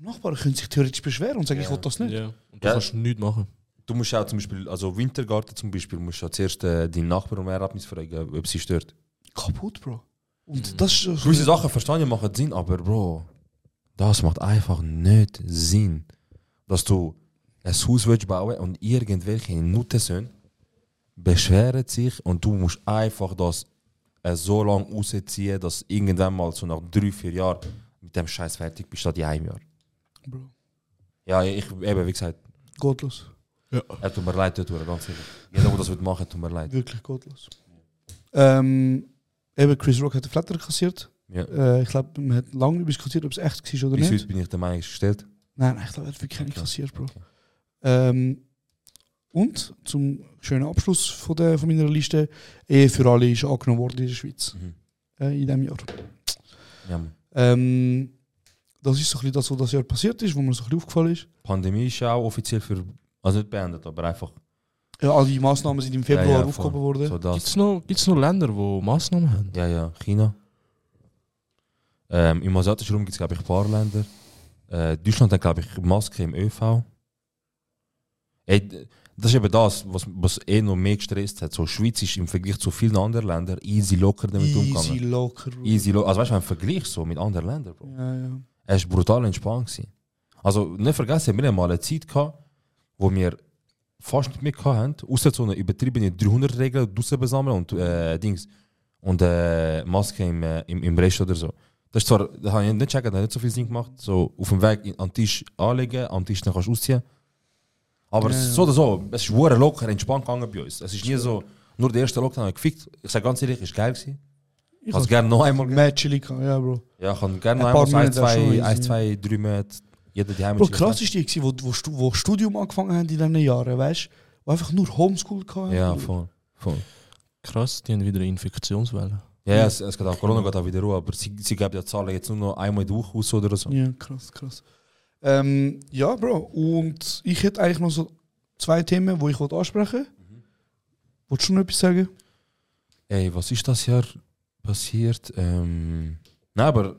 Nachbarn können sich theoretisch beschweren und sagen, ich will das nicht.
Ja. Und du
Ja.
kannst nichts machen.
Du musst auch zum Beispiel, also Wintergarten zum Beispiel, musst du ja zuerst äh, deinen Nachbarn um Erlaubnis fragen, ob sie stört.
Kaputt, Bro.
Mhm.
Und das ist. so-
Gewisse Sachen verstehe ich, machen Sinn, aber Bro, das macht einfach nicht Sinn, dass du ein Haus willst bauen und irgendwelche Nutten sind, beschweren sich und du musst einfach das äh, so lange rausziehen, dass irgendwann mal so nach drei, vier Jahren mit dem Scheiß fertig bist, statt in einem Jahr.
Bro,
Ja, ich eben, wie gesagt,
gottlos.
er tut mir leid, tut mir ganz sicher. Jeder, der das wird machen, tut mir leid.
Wirklich gottlos. Ähm, eben Chris Rock hat den Flatter kassiert.
Ja.
Äh, ich glaube, man hat lange darüber diskutiert, ob es echt war oder
Bis
nicht.
heute bin ich der Meinung, es ist gestellt.
Nein, nein, ich glaube, er hat wirklich keine
Okay.
kassiert, Bro.
Okay.
Ähm, und zum schönen Abschluss von, der, von meiner Liste: Ehe für alle ist angenommen worden in der Schweiz
Mhm.
äh, in diesem Jahr.
Ja, Mann.
Ähm, das ist so ein bisschen das, was das Jahr passiert ist, wo mir so ein bisschen aufgefallen ist.
Pandemie ist ja auch offiziell für, also nicht beendet, aber einfach.
Ja, all die Maßnahmen sind im Februar
ja, ja,
aufgehoben
voll.
worden.
So
Gibt
das.
es noch, gibt's noch Länder, die Massnahmen haben?
Ja, ja, China. Ähm, Im asiatischen Raum gibt es, glaube ich, ein paar Länder. Äh, Deutschland hat, glaube ich, Maske im ÖV. Ey, d- das ist eben das, was, was eh noch mehr gestresst hat. So, Schweiz ist im Vergleich zu vielen anderen Ländern easy locker damit
Easy,
umgegangen.
locker. Bro.
Easy locker. Also, weißt du, im Vergleich so mit anderen Ländern, Bro.
Ja, ja.
Er war brutal entspannt. Gewesen. Also nicht vergessen, wir hatten mal eine Zeit, gehabt, wo wir fast nicht mehr hatten, außer so eine übertriebene 300-Regel draussen besammeln und äh, Dings. Und äh, Maske im, äh, im, im Rest oder so. Das ist zwar, da habe ich nicht checken, das hat nicht so viel Sinn gemacht. So auf dem Weg in, an den Tisch anlegen, am Tisch dann kannst du ausziehen. Aber
Ja, ja.
so oder so, es ist hure locker, entspannt gegangen bei uns. Es ist nie so, nur der erste Lockdown hat gefickt. Ich sage ganz ehrlich, ist geil gewesen. Ich habe es gerne noch einmal gemacht.
Mad chillig, gehabt, ja, Bro.
Ja, ich habe gerne
Ein
noch
paar
einmal so ein,
Minuten schon, easy.
zwei, ein, zwei, drei Monate. Jeder die
Bro, krass ist die, gewesen, wo, wo, Stu- wo Studium angefangen haben in diesen Jahren, weißt du? Wo einfach nur Homeschool hatten.
Ja, voll. voll.
Krass, die haben wieder eine Infektionswelle.
Ja, ja, es, es geht auch, Corona geht auch wieder ruhig, aber sie, sie geben ja Zahlen jetzt nur noch einmal durch aus oder so.
Ja, krass, krass. Ähm, ja, Bro, und ich hätte eigentlich noch so zwei Themen, die ich wollte ansprechen wollte. Wolltest du noch etwas sagen?
Ey, was ist das Jahr passiert? Ähm, nein, aber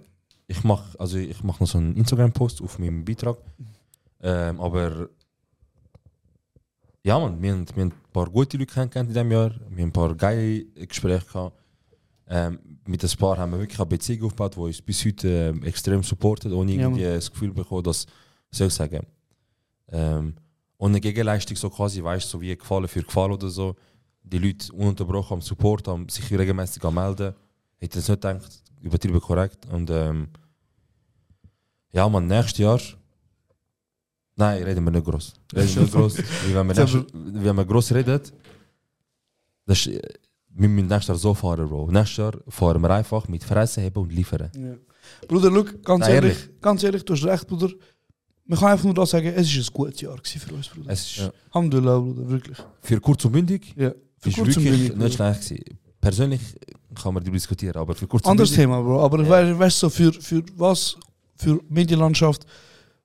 ich mache also ich mach noch so einen Instagram-Post auf meinem Beitrag. Ähm, aber ja, man, wir haben, wir haben ein paar gute Leute kennengelernt in diesem Jahr. Wir haben ein paar geile Gespräche gehabt. Ähm, mit ein paar haben wir wirklich eine Beziehung aufgebaut, die uns bis heute ähm, extrem supportet, ohne
Ja,
irgendwie
Mann.
das Gefühl bekommen, dass, wie soll ich sagen, ähm, ohne Gegenleistung so quasi, weißt du, so wie Gefallen für Gefallen oder so, die Leute ununterbrochen am Support, haben sich regelmäßig melden. Hätte ich das nicht gedacht, übertrieben korrekt. Und ähm, ja, man, nächstes Jahr. Nein, reden wir nicht groß. Reden wir nicht groß. Wie wenn wir, nächstes, wenn wir groß reden, das ist, äh, wir müssen nächstes Jahr so fahren, Bro. Nächstes Jahr fahren wir einfach mit Fressen heben und liefern.
Bruder, look, ganz
Nein,
ehrlich,
ehrlich.
ganz ehrlich, du hast recht, Bruder. Man kann einfach nur das sagen, es ist ein gutes Jahr gewesen für uns, Bruder.
Es ist
Ja.
Alhamdulillah, Bruder, wirklich.
für kurz und mündig
Ja. Für
ist
kurz und
wirklich
wenig,
nicht
Bruder.
schlecht gewesen. Persönlich kann man darüber diskutieren, aber für kurz und
Anderes
mündig.
Thema, Bro. Aber we- weißt du, so für, für was, für Medienlandschaft,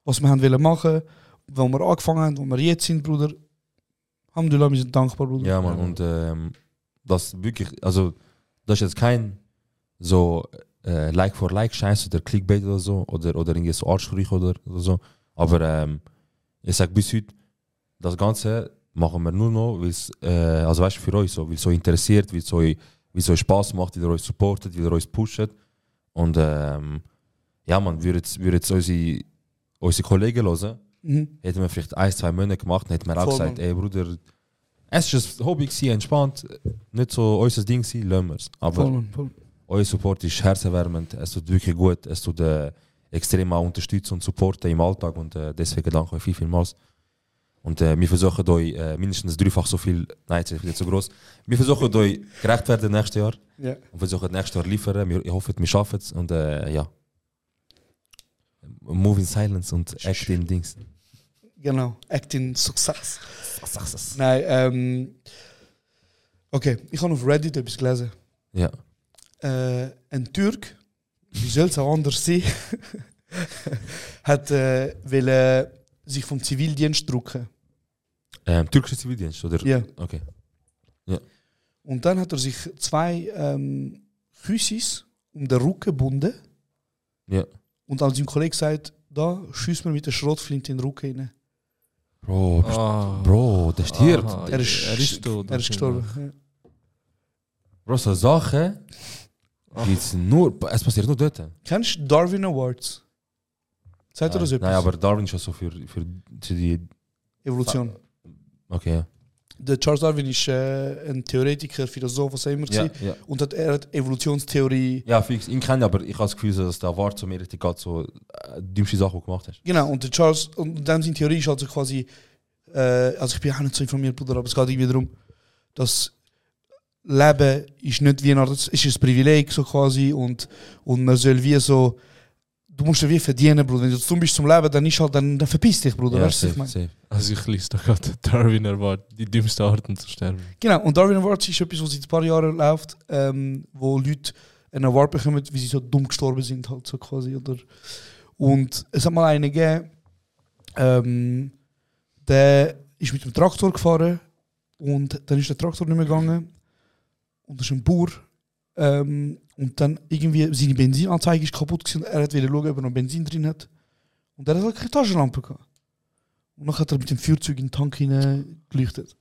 was wir haben wollen machen, wo wir angefangen haben, wo wir jetzt sind, Bruder. Alhamdulillah, wir sind dankbar, Bruder.
Ja, man, und ähm, das wirklich, also, das ist jetzt kein so äh, Like for Like Scheiß oder Clickbait oder so oder, oder irgendwie so Arschfrüch oder, oder so. Aber ähm, ich sag bis heute, das Ganze machen wir nur noch, weil es, äh, also weißt du, für euch so, weil es euch interessiert, weil es euch, weil es euch Spaß macht, weil ihr euch supportet, weil ihr euch pusht. Und ähm, ja, man, würde jetzt, würde jetzt unsere, unsere Kollegen hören,
Mhm.
hätten wir vielleicht ein, zwei Monate gemacht, dann hätten wir auch
Voll,
gesagt,
Mann.
ey Bruder, es ist ein Hobby, gewesen, entspannt, nicht so unser Ding, gewesen, lassen wir es. Aber
Voll, Mann, voll.
euer Support ist herzerwärmend, es tut wirklich gut, es tut äh, extrem auch unterstützen und supporten im Alltag und äh, deswegen danke euch viel, vielmals. Und äh, wir versuchen euch äh, mindestens dreifach so viel, nein, jetzt ist nicht so groß, wir versuchen euch gerecht werden nächstes Jahr
Ja.
und versuchen nächstes Jahr liefern. Wir, ich hoffe, wir schaffen es und äh, ja. Move in silence und act in Dings.
Genau, Acting Success. Nein, ähm. Okay, ich habe auf Reddit etwas gelesen.
Ja.
Äh, ein Türk, wie soll es auch anders *laughs* sein, hat äh, wollen sich vom Zivildienst drucken.
Ähm, türkische Zivildienst, oder?
Ja.
Okay.
Und dann hat er sich zwei ähm, Küssis um den Rücken gebunden
Ja.
und als sein Kollege sagt, da schießt man mit der Schrotflinte in den Rücken rein.
Bro, bist-
Ah.
Bro, der stirbt.
Aha,
Er ist,
er ist tot.
Er ist gestorben. Ja.
Bro, so Sachen gibt's nur, es passiert nur dort.
Kennst du Darwin Awards? Sagt er das
nein,
etwas?
nein, aber Darwin ist Ah, ja so für, für, für die.
Evolution.
Okay, ja.
Der Charles Darwin ist äh, ein Theoretiker, Philosoph, was auch immer.
Ja,
gewesen.
ja.
Und hat, er hat Evolutionstheorie.
ja, fix. Ich kenne aber ich habe das Gefühl, dass der Wart so mir richtig geht, so äh, dümmste Sachen die du gemacht hast.
Genau, und der Charles, und dann seine Theorie ist also quasi, äh, also ich bin auch nicht so informiert, Bruder, aber es geht irgendwie darum, dass Leben ist nicht wie eine Art, es ist ein Privileg so quasi und, und man soll wie so, du musst ja wie verdienen, Bruder. Wenn du zum bist zum Leben, dann ist halt, dann, dann verpiss dich, Bruder,
ja,
weißt du, was ich meine?
safe.
Also ich lese da gerade *laughs* Darwin erwartet, die dümmsten Arten zu sterben.
Genau, und Darwin Awards ist etwas, was seit ein paar Jahren läuft, ähm, wo Leute einen Award bekommen, wie sie so dumm gestorben sind, halt so quasi. Oder und es hat mal einen gegeben, ähm, der ist mit dem Traktor gefahren und dann ist der Traktor nicht mehr gegangen und das ist ein Bauer ähm, und dann irgendwie seine Benzinanzeige ist kaputt gewesen, und er hat wieder schauen, ob er noch Benzin drin hat und er hat halt keine Taschenlampe gehabt. Und dann hat er mit dem Feuerzeug in den Tank hinein geleuchtet.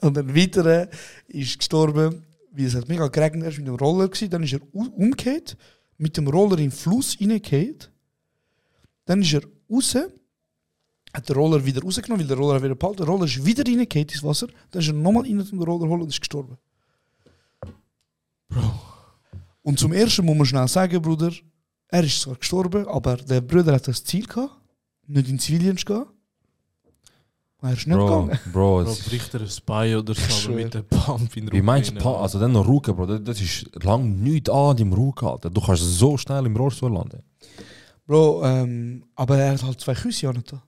Und ein weiterer ist gestorben, weil es hat mega geregnet, er war mit dem Roller, gewesen. dann ist er u- umgekehrt, mit dem Roller in den Fluss reingekehrt, dann ist er raus, hat den Roller wieder rausgenommen, weil der Roller hat wieder behalten, der Roller ist wieder reingekehrt ins Wasser, dann ist er nochmal rein zum Roller holen und ist gestorben. Bro. Und zum Ersten muss man schnell sagen, Bruder, er ist zwar gestorben, aber der Bruder hat das Ziel gehabt, nicht in Zivildienst gehen. Und Er ist nicht
Bro,
gegangen.
Bro,
Bro,
es ist-
bricht er ein Bein oder so, aber
schwöre.
mit der Pump in der
wie meinst du,
Ukraine,
Pa- also dann noch Ruke, Bro, das- das ist lang nichts an im Ruke, Alter. Du kannst so schnell im Rollstuhl landen.
Bro, ähm, aber er hat halt zwei Küsse an nicht da.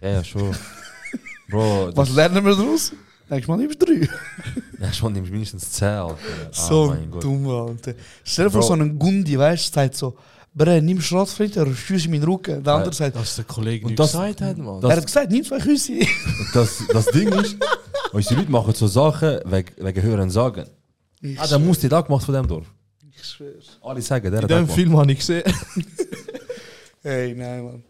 Ja, ja, schon. *laughs* Bro,
Was
das,
lernen wir daraus? Nächstes Mal nimmst du drei.
ja, schon nimmst du mindestens 10, Alter. Oh
so
mein Gott.
dumm, Alter. Stell dir vor,
Bro.
so einen Gundi, weißt du, sagt so, Bre, nimm Schrotfried, er schießt in meinen Rücken. Der eh, andere sagt,
Dass der Kollege
Und
nicht
das-
gesagt hat, Mann.
das-
er hat gesagt, nimm zwei Küsse.
Das, das Ding *laughs* ist, unsere Leute machen so Sachen wegen, wegen Hören sagen.
Ich
Ah, der muss die da gemacht von dem Dorf.
Ich schwör's.
Alle sagen, der
in
hat das
dem
gemacht.
Film habe ich
*laughs*
gesehen.
Ey, nein, Mann.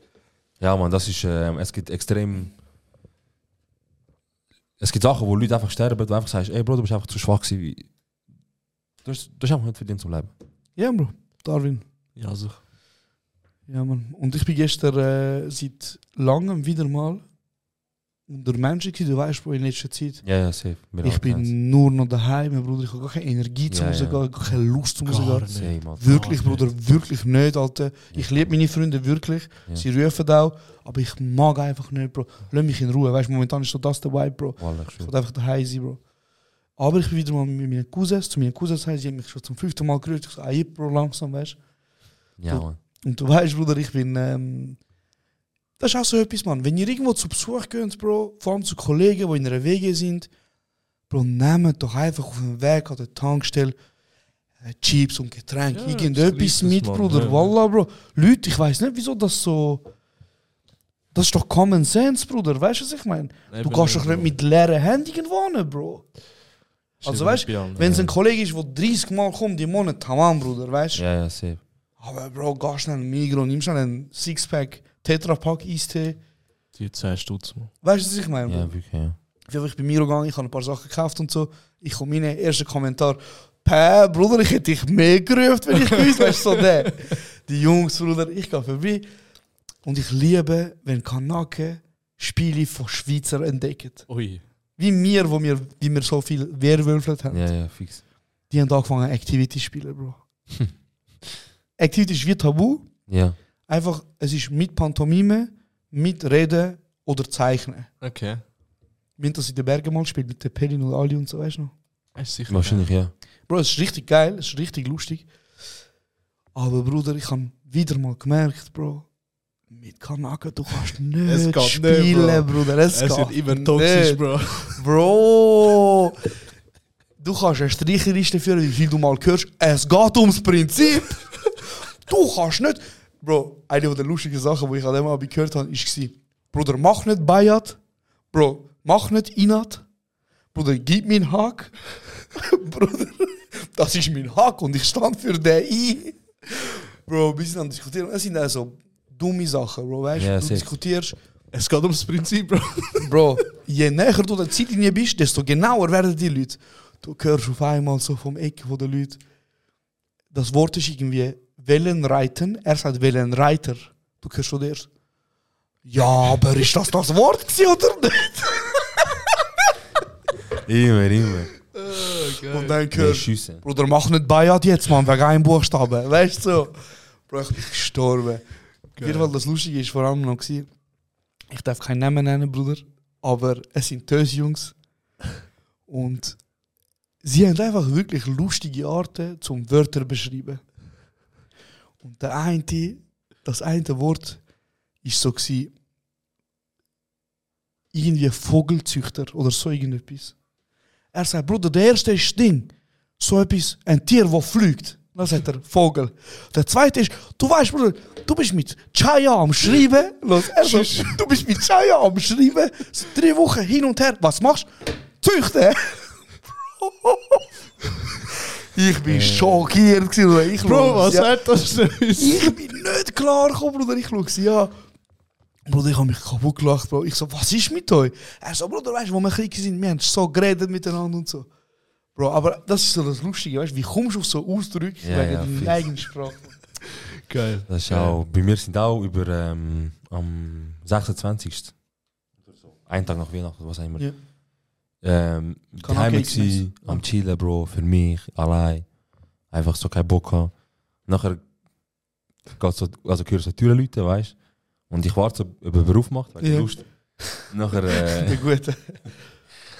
Ja, man, das ist, ähm, es gibt extrem. Es gibt Sachen, wo Leute einfach sterben, wo du einfach sagst, ey Bro, du bist einfach zu schwach gewesen. Wie, du, hast, du hast einfach nicht verdient zum Leben.
Ja, Bro, Darwin.
Ja, also.
Ja, Mann. Und ich bin gestern äh, seit langem wieder mal unter Menschen gewesen. Du weißt, Bro, in letzter Zeit.
Ja, ja, safe. Wir
Ich
alle
bin
kennen
nur noch daheim, mein Bruder. Ich habe gar keine Energie zum
Ja,
Rausgehen,
ja.
ich habe keine Lust zum
Gar
Rausgehen.
nicht.
es. Safe, man.
Wirklich,
Gar nicht.
Bruder, wirklich nicht, Alter. Ich liebe meine Freunde wirklich.
Ja.
Sie rufen auch, aber ich mag einfach nicht, Bro. Lass mich in Ruhe. Weißt du, momentan ist so das der Vibe, Bro.
Wallah, ich
Ich
schwör.
will einfach daheim sein, Bro. Aber ich bin wieder mal mit meinen Cousins, zu meinen Cousins heim. Sie haben mich schon zum fünften Mal gerührt. Ich so, ey, Ah, Bro, langsam, weißt du.
Ja, man.
Und du weißt, Bruder, ich bin. Ähm, das ist auch so etwas, Mann. Wenn ihr irgendwo zu Besuch geht, Bro, vor allem zu Kollegen, die in einer WG sind, Bro, nehmt doch einfach auf den Weg an der Tankstelle äh, Chips und Getränke,
Ja,
irgendetwas
das
mit,
Kleines, Mann.
Bruder.
Ja.
Wallah, Bro. Leute, ich weiß nicht, wieso das so. Das ist doch Common Sense, Bruder. Weißt du, was ich meine? Du
Eben,
kannst doch
Bro.
nicht mit leeren Händen irgendwo hin, Bro. Also, weißt du, wenn es ein Kollege ist, der 30 Mal kommt im Monat, tamam, Bruder, weißt du?
Ja, ja, safe.
Aber Bro, geh schnell in Migro, nimm schnell einen Sixpack, Tetrapack Eistee.
Die 10 Stutz, Mann.
Weißt du, was ich meine?
Ja,
Ja.
wirklich, ja.
Ich bin Migro gegangen, ich habe ein paar Sachen gekauft und so. Ich komme rein, erster Kommentar. Pä, Bruder, ich hätte dich mehr gerufen, wenn ich gewusst weißt du, so der. Die Jungs, Bruder, ich gehe vorbei. Und ich liebe, wenn Kanaken Spiele von Schweizer entdecken.
Ui.
Wie wir, wo wir, die wir so viel werwölfelt haben.
Ja, ja, fix.
Die haben angefangen, Activity zu spielen, Bro. Activity ist wie Tabu.
Ja.
einfach, es ist mit Pantomime, mit Reden oder Zeichnen.
Okay.
Wir haben das in den Bergen mal gespielt, mit der Pelin und Ali und so, weißt du noch?
Ist sicher.
Wahrscheinlich, ja.
Bro, es ist richtig geil, es ist richtig lustig. Aber Bruder, ich habe wieder mal gemerkt, Bro, mit Kanaka, du kannst nicht
Es geht nicht,
spielen,
Bro.
Bruder.
Es
Es, geht
sind immer toxisch,
nicht.
Bro.
Bro! Du kannst eine Strichliste führen, wie viel du mal hörst. Es geht ums
*laughs*
Prinzip! du kannst nicht. Bro, eine der lustigen Sachen, die ich an dem Abend gehört habe, war: Bruder, mach nicht Bayat. Bro, mach nicht Inat. Bruder, gib mir einen *laughs* Hack. Bruder, das ist mein Hack und ich stand für den ein. Bro, wir sind am Diskutieren. Es sind auch so dumme Sachen, Bro. Weißt
Ja,
du, du
safe.
diskutierst.
Es geht ums Prinzip, Bro.
*laughs* Bro, je näher du der Zeitlinie bist, desto genauer werden die Leute. Du hörst auf einmal so vom Eck von den Leuten. Das Wort ist irgendwie Wellenreiten. Er sagt Wellenreiter. Du hörst schon erst. Ja, aber ist das das Wort gewesen, oder nicht?
Immer, immer.
Und dann
Nee,
hörst du,
schiessen.
Bruder, mach nicht Bayat jetzt, Mann, wegen einem Buchstaben. Weißt du? so. Bro, ich bin gestorben. Auf jeden Fall, das Lustige ist vor allem noch, gewesen, ich darf keinen Namen nennen, Bruder, aber es sind Töse Jungs. Und sie haben einfach wirklich lustige Arten zum Wörter beschreiben. Und der eine, das eine Wort ist so gewesen, irgendwie Vogelzüchter oder so irgendetwas. Er sagt, Bruder, der erste ist Ding. So etwas, ein Tier, das fliegt. Dann sagt er, Vogel. Der zweite ist, du weißt, Bruder, du bist mit Chaya am Schreiben. Los, er so, du bist mit Chaya am Schreiben. Seit Drei Wochen hin und her. Was machst du? Züchten. *laughs* ich bin schockiert. gewesen, Bruder. Ich schau- Ja.
hat das denn?
Ich bin nicht klar gekommen, Bruder. Ich schaue sie an. Bruder, ich habe mich kaputt gelacht, Bro. Ich so, was ist mit euch? Er so, Bruder, weißt du, wo wir klein sind, wir haben so geredet miteinander und so. Bro, aber das ist so das Lustige, weißt du, wie kommst du auf so Ausdrücke
Ja,
wegen
ja,
deiner
fix.
eigenen Sprache? *laughs*
Geil.
Das ist auch, bei mir sind auch über ähm, am 26. Ein Tag nach Weihnachten, was auch immer.
Ja.
Ähm,
Kann
daheim
auch Kekse
gsi, am Chillen, Bro, für mich, allein. einfach so keinen Bock habe. Nachher geht so, also höre so Türen Leute, weißt du? Und ich warte, so, ob er Beruf macht, weil
Ja.
ich Lust. Nachher, äh,
*laughs* Der Gute.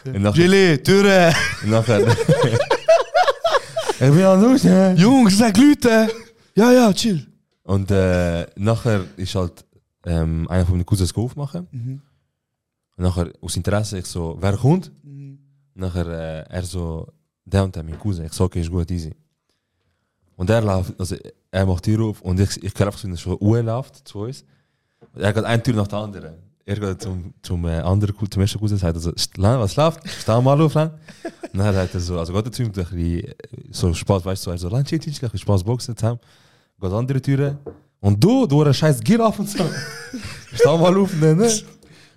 und nachher,
Gilly, Türen!
und nachher. *laughs* ich bin am Lust, hä?
Jungs, sag Leute! Ja, ja, chill.
Und äh, nachher ist halt ähm, einer von meinen Cousins gegangen aufmachen.
Mhm.
Und nachher aus Interesse ich so, wer kommt? Nachher äh, er so, der und der, mein Cousin. Ich so, okay, ist gut, easy. Und er läuft, also er macht die Tür auf und ich, ich kann einfach so, dass schon Uhr läuft zu uns. Und er geht eine Tür nach der anderen. Er geht zum, zum, äh, anderen, Cou- zum ersten Cousin und sagt, also, "St- Lan, was läuft? Steh mal auf, Lan. Und dann hat er so, also geht er zu ihm, und ein bisschen, äh, so Spaß, weißt du, so, er so, Lan, chill, chill, chill, ein bisschen Spaß boxen zusammen. Geht an andere Türen. Und du, du hast scheiß Gier auf und so. *laughs* Steh mal auf, ne, ne?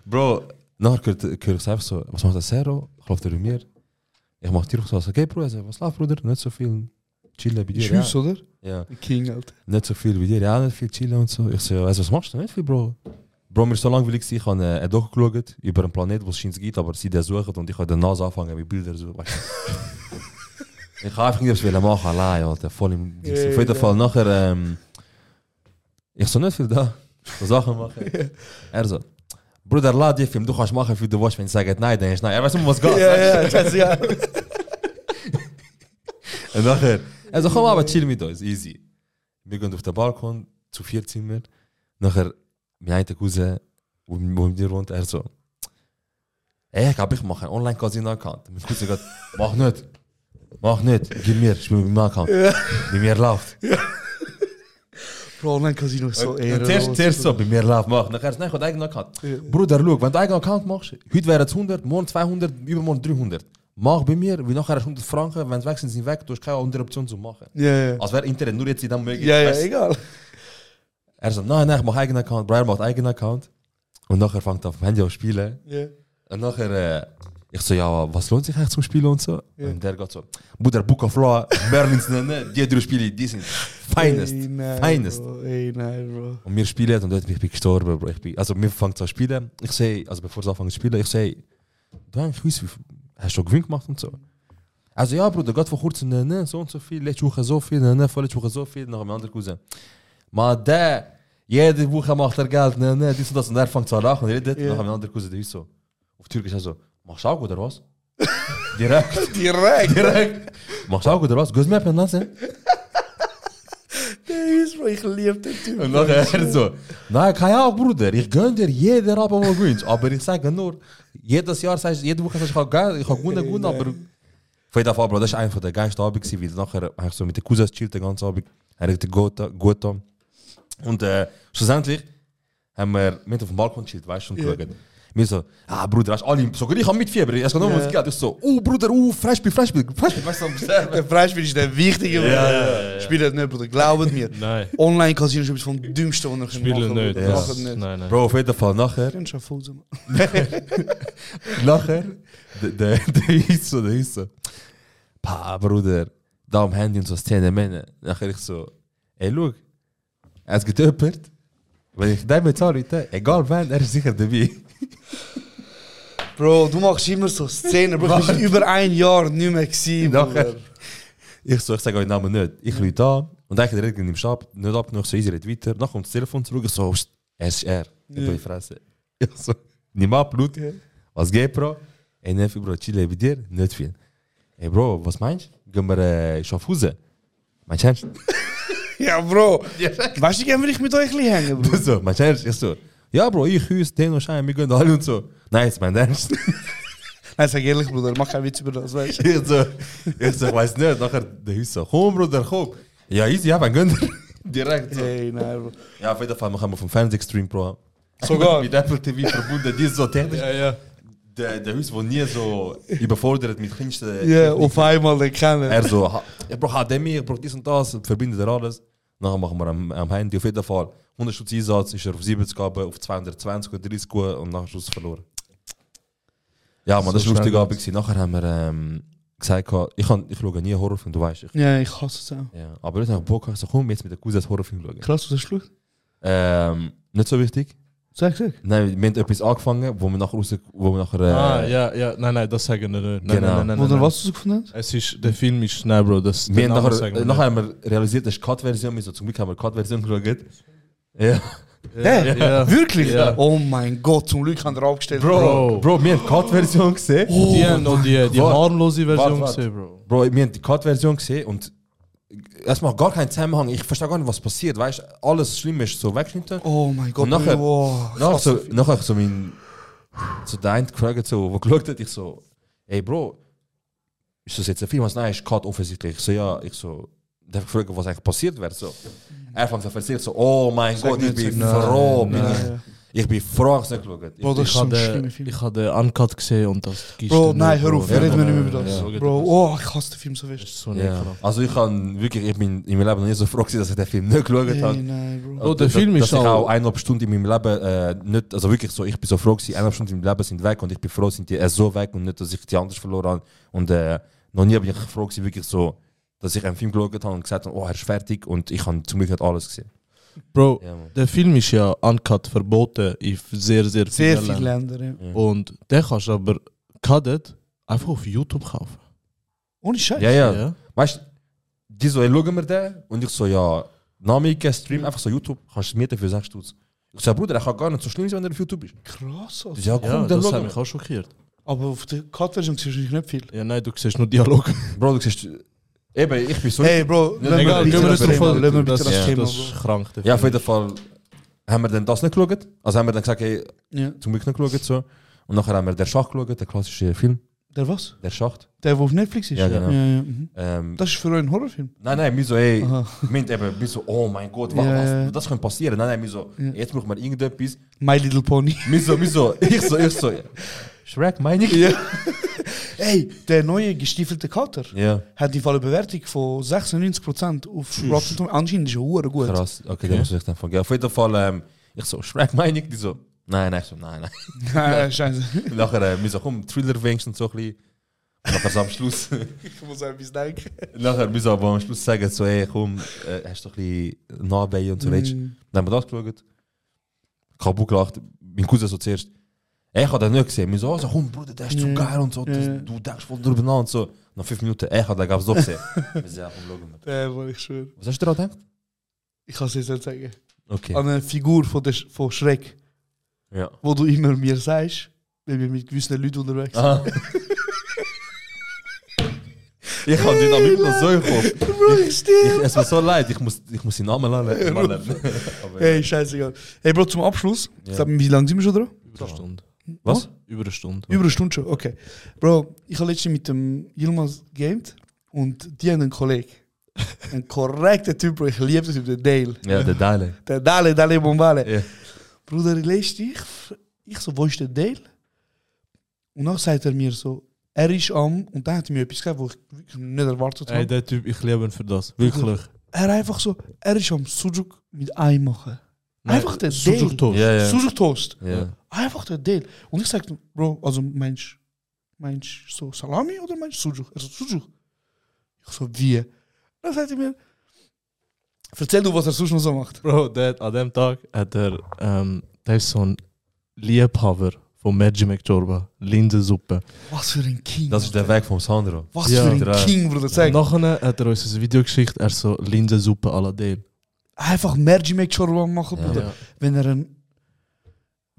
Bro, nachher gehört, gehört es einfach so, was macht der Sero? Klopft er bei mir? Ich mach dir so, okay, Bro, er sagt, was läuft, Bruder? Nicht so viel chillen bei dir.
Tschüss, oder?
Ja. ja.
King, Alter.
Nicht so viel wie dir, ja, nicht viel chillen und so. Ich so, ja, weißt du, was machst du? Nicht viel, Bro. Bro, mir ist so langweilig gewesen, ich habe äh, ein Doku geschaut über einen Planet, wo es scheint gibt, aber sie der suchen und ich habe den Nase anfangen mit Bildern.
*laughs*
So, weißt du. ich habe einfach nicht was machen, allein, Alter, voll im Dings. Auf jeden Fall, nachher, ähm, ich so nicht viel da,
*laughs*
so Sachen machen. er so, Bruder, lad dir Film, du kannst machen, wie du willst, wenn ich sage nein, dann ist nein. Er weiß nicht, um was geht. weißt du?
das *laughs* ja.
En nachher, also komm aber chill mit uns, easy. Wir gehen auf den Balkon, zu vier Zimmer. Nachher, mein einer Cousin, wo wo mit mir wohnt, er so, ey, ich glaube, ich mache einen Online-Casino-Account. Mein Cousin sagt, mach nicht, mach nicht, gib mir, ich will mit meinem Account. Bei mir läuft.
Bro, Online-Casino ist so
Und Zuerst,
ehrenlos.
zuerst so, bei mir läuft, mach. Nachher, ist, nein, ich habe einen eigenen Account. Bruder, schau, wenn du einen eigenen Account machst, heute wären es 100, morgen 200, übermorgen 300. Mach bei mir, wie nachher ist 100 Franken, wenn es weg sind, sind weg, du hast keine andere Option zu machen.
Ja, ja.
Als wäre Internet nur jetzt in dem möglich.
Ja, ja,
Weißt du?
egal.
Er so, nein, nein, ich mach eigenen Account. Brian macht eigenen Account. Und nachher fängt er auf dem Handy an zu spielen.
Ja.
Und nachher, äh, ich so, ja, was lohnt sich eigentlich zum Spielen und so? Und der geht so, Bruder, Book of Law, Merlins, ne, ne, die drei Spiele, die sind finest,
Ey, nein,
finest.
Bro. Ey, nein, Oh, Bro.
Und wir spielen und dort bin ich bin gestorben, Bro. Ich bin, also, wir fangen an zu spielen. Ich sehe, also, bevor sie anfangen zu spielen, ich sehe, du hast gewusst, wie viel- hast du Gewinn gemacht und so. Also, ja, Bruder, geht vor kurzem, ne, ne, so und so viel, letzte Woche so viel, ne, ne, vorletzte Woche so viel, nach einem anderen Cousin. Maar der, jede Woche macht er Geld, ne, ne, dies und das. Und er fängt zu lachen und redet.
Ja.
Dann haben wir andere Cousin, der ist so. Auf Türkisch er so, machst du auch oder was? *laughs* direkt,
*laughs* Direkt.
direkt. Machst du auch oder was? Gehst du mir ab, Nase?
Bro, ich liebe den Typ.
Und nachher er so, nein, kann ja auch, Bruder. Ich gönn dir jede Rappe, wo du wünschst. Aber ich sage nur, jedes Jahr, sagst, jede Woche sagst du, ich habe geil, ich habe gewonnen, gewonnen, aber... Auf jeden Fall, Bro, das war einer der geilsten Abend, gewesen, weil nachher habe ich so mit den Cousins chillt den ganzen Abend. Er hat gut, gut getan. Und äh, schlussendlich haben wir mit auf dem Balkon chillt, weißt du, und geschaut. Mir so, ah, Bruder, hast alle, sogar ich habe Mitfieber, ich habe nur yeah. Geld. Ich so, oh, Bruder, oh, Freispiel, Freispiel, Freispiel, weißt du, am Sterben.
Der Freispiel ist der wichtige.
Ja, ja,
Spiel das nicht, Bruder. Glaubt mir.
Nein.
Online-Casino ist etwas vom dümmsten, was ihr
Spielen
machen
nicht.
könnt. Macht es
das-
nicht.
Nein, nein.
Bro, auf jeden Fall, nachher
Kannst du Fotos machen.
Nachher, der, der, der ist so, der ist so. Pah, Bruder, da am Handy und so Szene, Männer. Nachher ich so, ey, schau, es gibt jemanden, wenn ich den bezahle, heute, egal wann, er ist sicher dabei.
Bro, du machst immer so Szenen, Bro. *laughs* Ich bin über ein Jahr nicht mehr gewesen,
Nachher,
Bruder.
ich so, ich sage euch den Namen nicht. Ich lüge da und eigentlich redet nimmst du ab, nicht ab, noch so, easy, red weiter. Nachher kommt das Telefon zurück, ich so, pst, er ist er. Ich yeah. fresse. Ich so, nimm ab, Blut. Was geht, Bro? Ey, Neffi, Bro, chill bei dir, nicht viel. Ey, Bro, was meinst du? Gehen wir äh, Schaffhausen? Meinst du ernst?
Ja, Bro. Weißt du, ich würde ich mit euch ein bisschen hängen, Bro.
so, meinst du ernst? Ich so, ja, Bro, ich, Hüs, den und Schein, wir gehen alle und so. Nein, ist mein Ernst.
Nein, sag ehrlich, Bruder. Mach keinen Witz über das, weißt du.
ich so, ich so, ich weiß nicht. Nachher der Hüs so, komm, Bruder, komm. Ja, easy, ja, mein Gönner. Direkt so.
Ey, nein, Bro.
Ja, auf jeden Fall, wir haben vom Fernsehstream Pro.
Sogar.
*laughs* mit Apple TV verbunden, die ist so technisch.
Ja, ja.
Der, der Hüs, der nie so überfordert mit kleinsten.
Ja, auf einmal den kennen.
Er so, ha- ich brauche HDMI, ich brauche dies und das, verbindet er alles. Nachher machen wir am, am Handy. Auf jeden Fall, 100 Stutz Einsatz ist er auf 70 gegeben, auf 220 oder 30 gegeben und nachher Schluss verloren. Ja, man, das
So schnell
war ein lustiger Abend. gewesen. Nachher haben wir ähm, gesagt, gehabt, ich, kann, ich schaue nie Horrorfilme, du weißt. Ich,
Ja, ich hasse es auch.
ja. Aber also jetzt habe ich Bock, gehabt, ich so, komm, jetzt mit der Cousins Horrorfilm schauen.
Krass, was hast du geschaut?
Ähm, nicht so wichtig.
Sag, sag.
Nein, wir haben etwas angefangen, wo wir nachher raus, wo wir nachher. Äh,
Ah, ja, ja, nein, nein, das sagen wir nicht. Nein,
Genau.
nein, nein, nein,
Oder
nein.
was du gefunden hast?
Es ist, der Film ist, nein, Bro, das
Wir
den
haben
Namen
nachher,
sagen wir
äh,
nicht.
nachher haben wir realisiert, das ist Cut-Version. wir so Zum Glück haben wir Cut-Version geschaut. Ja.
Hä?
ja.
Wirklich?
Ja.
Oh mein Gott, zum Glück haben wir abgestellt.
Bro,
Bro, wir haben die Cut-Version gesehen.
die haben noch die, die
Gott.
harmlose Version
Warte, warte.
gesehen, Bro.
Bro, wir haben die Cut-Version gesehen und es macht gar keinen Zusammenhang. Ich verstehe gar nicht, was passiert. Weißt du, alles Schlimme ist so weggeschnitten.
Oh mein Gott.
Und nachher-
wow.
nachher, so, nachher so mein. So der eine gefragt, so, wo geschaut hat, ich so, ey Bro, ist das jetzt ein Film? Also, nein, ist Cut offensichtlich. Ich so, ja, ich so, der hat gefragt, was eigentlich passiert wäre. So. Er fängt an zu erzählen, so, oh mein Gott, ich
nicht,
bin
sag nein,
froh, bin
nein.
ich. Ich bin froh, dass ich es nicht geschaut
Bro,
habe.
das
Ich
ist so ein schlimmer
habe
Film.
ich habe den Uncut gesehen und das gibst
Bro,
du
nein,
nicht,
hör
Bro.
auf, reden wir nicht mehr über
Ja,
das.
ja.
Bro, oh, ich hasse den Film so fest.
Ist so
Ich-
nicht
Ja.
klar.
Also ich kann wirklich, ich bin in meinem Leben noch nie so froh gewesen, dass ich den Film nicht geschaut
Ey,
habe.
nein, Bro.
Oh, der
Dass-
Film
dass
ist
ich
auch-
auch eineinhalb Stunden in meinem Leben äh, nicht, also wirklich so, ich bin so froh gewesen, eineinhalb Stunden in meinem Leben sind weg und ich bin froh, sind die erst so weg und nicht, dass ich die anders verloren habe. Und äh, noch nie bin ich froh gewesen, wirklich so, dass ich einen Film geschaut habe und gesagt habe, oh, er ist fertig und ich habe zum Glück nicht alles gesehen.
Bro,
Ja, Mann.
der Film ist ja Uncut verboten in sehr, sehr vielen
Sehr viele
Ländern.
Länder, ja.
Und den kannst du aber cutted einfach auf YouTube kaufen.
Ohne Scheiß.
Ja, ja. Weißt du, die so, hey, schauen wir den und ich so, ja, Namiken, Stream, einfach so YouTube, kannst du mieten für 6 Stutz. Ich so, Bruder, er kann gar nicht so schlimm sein, wenn er auf YouTube ist.
Krass.
Ich
Also.
so, Ja,
Ja,
komm, dann
das
schauen
hat
wir.
mich auch schockiert.
Aber auf der Cut-Version siehst du nicht viel.
Ja, nein, du siehst nur Dialog.
Bro, du siehst, eben, ich bin so.
Hey, Bro, lass
Egal,
mal bitte
gehen wir
das
nicht
Thema.
drauf
Lass mal
an.
bitte
Das
das Thema,
das ist
Bro.
krank. der
Ja, auf
Film.
jeden Fall haben wir dann das nicht geschaut. Also haben wir dann gesagt, hey,
Ja.
zum Glück nicht geschaut. So. Und nachher haben wir Der Schacht geschaut, der klassische Film,
Der was?
Der Schacht.
Der, der auf Netflix ist?
Ja, genau.
Ja, ja, mhm.
Ähm,
Das ist für euch ein Horrorfilm.
nein, nein, wir so, hey,
Aha.
wir haben eben, wir so, oh mein Gott, was,
Ja, ja, ja.
was, das kann passieren. Nein, nein, wir so,
Ja.
jetzt brauchen wir irgendetwas.
My Little Pony.
Wir so, wir so, *laughs* ich so, ich so, Shrek, meine ich?
*laughs*
Ja.
Ey, der neue gestiefelte Kater
ja.
hat die Fall eine Bewertung von 96% auf Rotten Tomatoes. Anscheinend ist er hure gut.
Krass, okay, okay. dann muss ich dann vergessen. Auf jeden Fall, ähm, ich so, Shrek, meine ich? Die so, nein, nein, ich so, nein, nein.
*laughs* *laughs* Ja, *laughs* scheiße.
Und nachher, äh, wir so, komm, Thriller wenigstens so ein bisschen. Und nachher so am Schluss.
Ich muss ein bisschen denken.
Nachher müssen wir aber am Schluss sagen, so, ey, komm, äh, hast du ein bisschen Nahbein
Mhm.
und so. Mm. Dann haben wir das geschaut. Kaputt gelacht. Mein Cousin so zuerst. Ey, ich habe den nicht gesehen. Wir so, oh, so, komm, Bruder, der ist zu
Ja.
geil und so. das-
Ja.
Du denkst voll drüber nach und so. Nach fünf Minuten, ey, ich habe den gab's
*laughs*
doch gesehen. wir sagen, komm, schauen wir.
Der, wo ich schwöre.
Was hast du daran gedacht?
Ich kann es jetzt nicht sagen.
Okay.
An eine Figur von, der, Sch- von Schreck,
Ja.
wo du immer mir sagst, wenn wir mit gewissen Leuten unterwegs sind.
Aha. *laughs* ich habe den Namen noch so im Kopf.
*laughs* Bro, ich stehe.
Ich, es war so leid, ich muss, ich muss den Namen lernen. mal lernen. Aber,
Ey, scheißegal. Ey, Bro, zum Abschluss.
Ja.
Sag mir, wie lange sind wir schon dran?
Über eine Stunde.
Was?
Über eine Stunde.
Über eine Stunde schon, okay. Bro, ich habe letztens mit dem Yilmaz gamed und die haben einen Kollegen. Ein korrekter Typ, Bro. Ich liebe das Typ, der Dale.
Ja, der Dale.
Der Dale, Dale Bombale.
Ja.
Bruder, letztens, ich, ich so, wo ist der Dale? Und dann sagt er mir so, er ist am, und dann hat er mir etwas gesagt, wo ich wirklich nicht erwartet
Ey,
habe.
der Typ, ich liebe ihn für das. Wirklich.
Er einfach so, er ist am Sujuk mit Ei machen. Einfach der Dale.
Sujuk Toast.
Ja, ja.
Sujuk Toast.
ja.
Einfach der Deal. Und ich sagte, Bro, also meinst meinst so Salami oder meinst Sujuk? Er so, Sujuk. Ich so, wie? Dann sagte er mir, erzähl du, was er sonst noch so macht.
Bro, der, hat- an dem Tag hat er, ähm, der ist so ein Liebhaber von Maggi McChorba, Linsensuppe.
Was für ein King.
Das ist der Weg vom Sandro.
was
Ja.
für ein
Drei.
King, Bruder. Sag,
Nachher hat er uns ein Video geschickt, er so Linsensuppe à la Dale.
einfach Mergi make Chorba machen,
Ja.
Bruder.
Ja.
Wenn er ein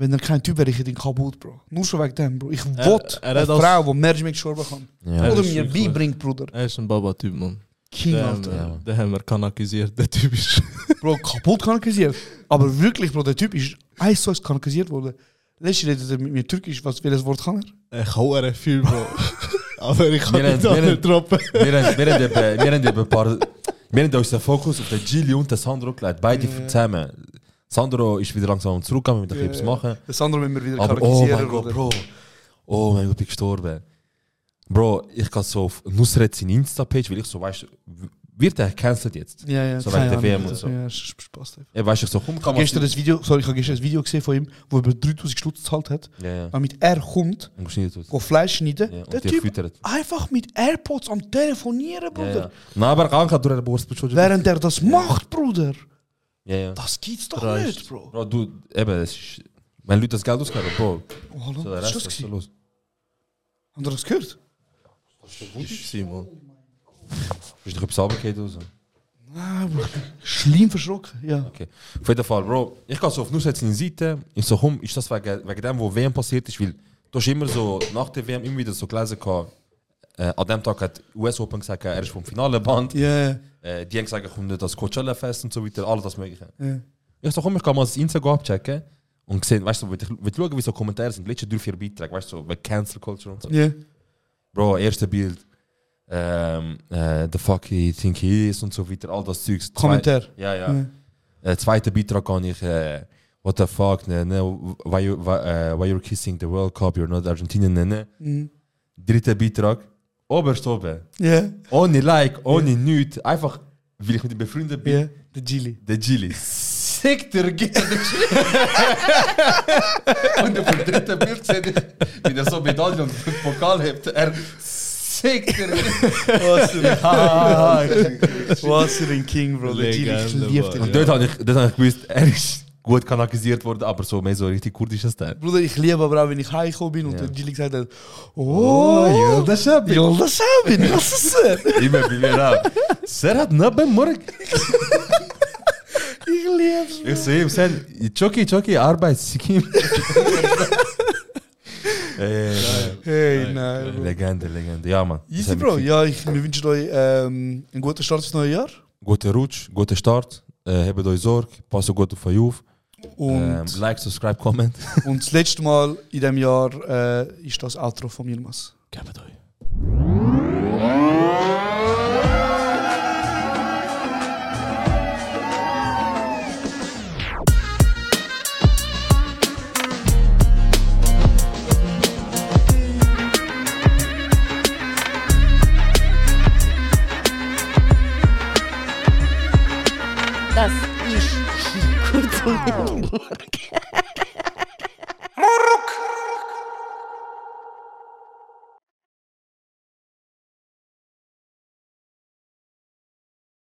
wenn er kein Typ wäre, ich hätte ihn kaputt, Bro. Nur schon wegen dem, Bro. Ich
Er-
wollte
er
eine
hat als-
Frau, die Mergi make Chorba kann.
Ja.
Oder
ist
mir
wirklich-
beibringt, Bruder.
Er ist ein Baba-Typ, Mann.
King,
den,
Alter.
haben wir-
Ja.
den haben wir kanakisiert, der Typ *laughs* ist.
Bro, kaputt kanalisiert. Aber wirklich, Bro, der Typ ist eins zu eins kanalisiert worden. Letztens redet er mit mir Türkisch, was welches Wort kann er?
Ich hau er viel, Bro. Aber ich kann
Wir
ihn
haben-
da
wir
nicht droppen.
Wir haben- wir haben eben- wir haben eben ein paar. Wir haben unseren Fokus auf den Gili und den Sandro gelegt, beide zusammen. Sandro ist wieder langsam zurückgegangen, mit den Clips machen.
Das andere müssen wir wieder
Aber oh mein
kanalisieren,
Gott,
Bruder.
Bro. Oh mein Gott, ich bin gestorben. Bro, ich kann so auf Nusret seine Insta-Page, weil ich so weißt, wird er gecancelt jetzt?
Ja, ja,
So
keine
wegen der
Ahnung,
WM
Bruder.
und so.
Ja, es ist Spaß.
Ja, weißt du, ich so, komm, kann man.
Gestern das Video, sorry, ich habe gestern ein Video gesehen von ihm, wo er über 3000 Stutz gezahlt hat.
Ja, ja.
Damit er kommt,
Und geschnitten wird.
geht Fleisch schneiden.
Ja, und
der
die
Typ
füttert.
einfach mit AirPods am Telefonieren,
Ja,
Bruder.
ja. Nein, aber kann ich durch den Borstbutschutz.
Während er das macht, Bruder.
Ja, ja.
Das geht's doch
Dreist.
nicht, Bro.
Bro, du, eben, es ist. Wenn Leute das Geld ausgeben, Bro,
Oh, hallo,
so der
was ist
Rest ist
das?
so
gewesen?
los.
Habt ihr das gehört?
Simon.
Ist doch etwas runtergefallen oder so.
Nein, Bro. Schlimm verschrocken, ja.
Okay. Auf jeden Fall, Bro, ich gehe so auf Nusretsin Seite. Ich so, komm, ist das wegen, wegen dem, wo WM passiert ist? Weil du hast immer so, nach der WM immer wieder so gelesen, gehabt, äh, an dem Tag hat US Open gesagt, er ist vom Finale band.
Ja, ja,
Äh, die haben gesagt, er kommt nicht das Coachella-Fest und so weiter, alles das Mögliche.
ja.
Ich so, komm, ich kann mal das Instagram abchecken und sehen, weißt du, will ich will schauen, wie so Kommentare sind, die letzten drei, vier Beiträge, weißt du, so, wegen Cancel Culture und so.
Ja.
Bro, erste Bild. Ähm, äh, the fuck he think he is und so weiter, all das Zeugs. Zwei-
Kommentar.
Ja, ja.
Ja.
Äh, zweiter Beitrag kann ich, äh, what the fuck, ne, ne, why, you, why, äh, why you're kissing the World Cup, you're not Argentinian, ne, ne.
Mhm.
Dritter Beitrag, oberst oben. *laughs*
Ja,
Ohne Like, ohne nichts, einfach, weil ich mit ihm befreundet bin,
ja. Der Gilly.
der Gili. Sick, der geht der Gili. Und auf dem dritten Bild seht ihr, wie er so Medaille und Pokal hebt. Er, sick, der Was für ein
Was für ein King, Bro. Der Gilly, ich
Legende,
liebe
Mann.
den.
Und dort habe ich, dort hab ich gewusst, er ist gut kanakisiert worden, aber so mehr so richtig kurdisches Teil.
Bruder, ich liebe aber auch, wenn ich heimgekommen bin und
Ja.
der Gilly gesagt hat, oh, ja, das habe ich. Ja, das habe ich. Was ist das? *laughs*
Immer bei mir auch. Ser hat nicht beim Morgen.
Ich liebe
Ich sehe ihm, Sen, Choki, Choki,
*laughs*
Arbeit, Sikim. Ey,
Hey, nein, Bro.
Legende, Legende. Ja, Mann. Das
Easy,
hat mich
Bro. Ja, ich, wir wünschen euch ähm, einen guten Start ins neue Jahr.
Guten Rutsch, guten Start. Äh, habt euch Sorge, passt gut auf euch auf. Ähm,
Und,
like, subscribe, comment.
und das letzte Mal in diesem Jahr äh, ist das Outro von Yilmaz.
Gebt euch.
Das ist Kurz und Bündig.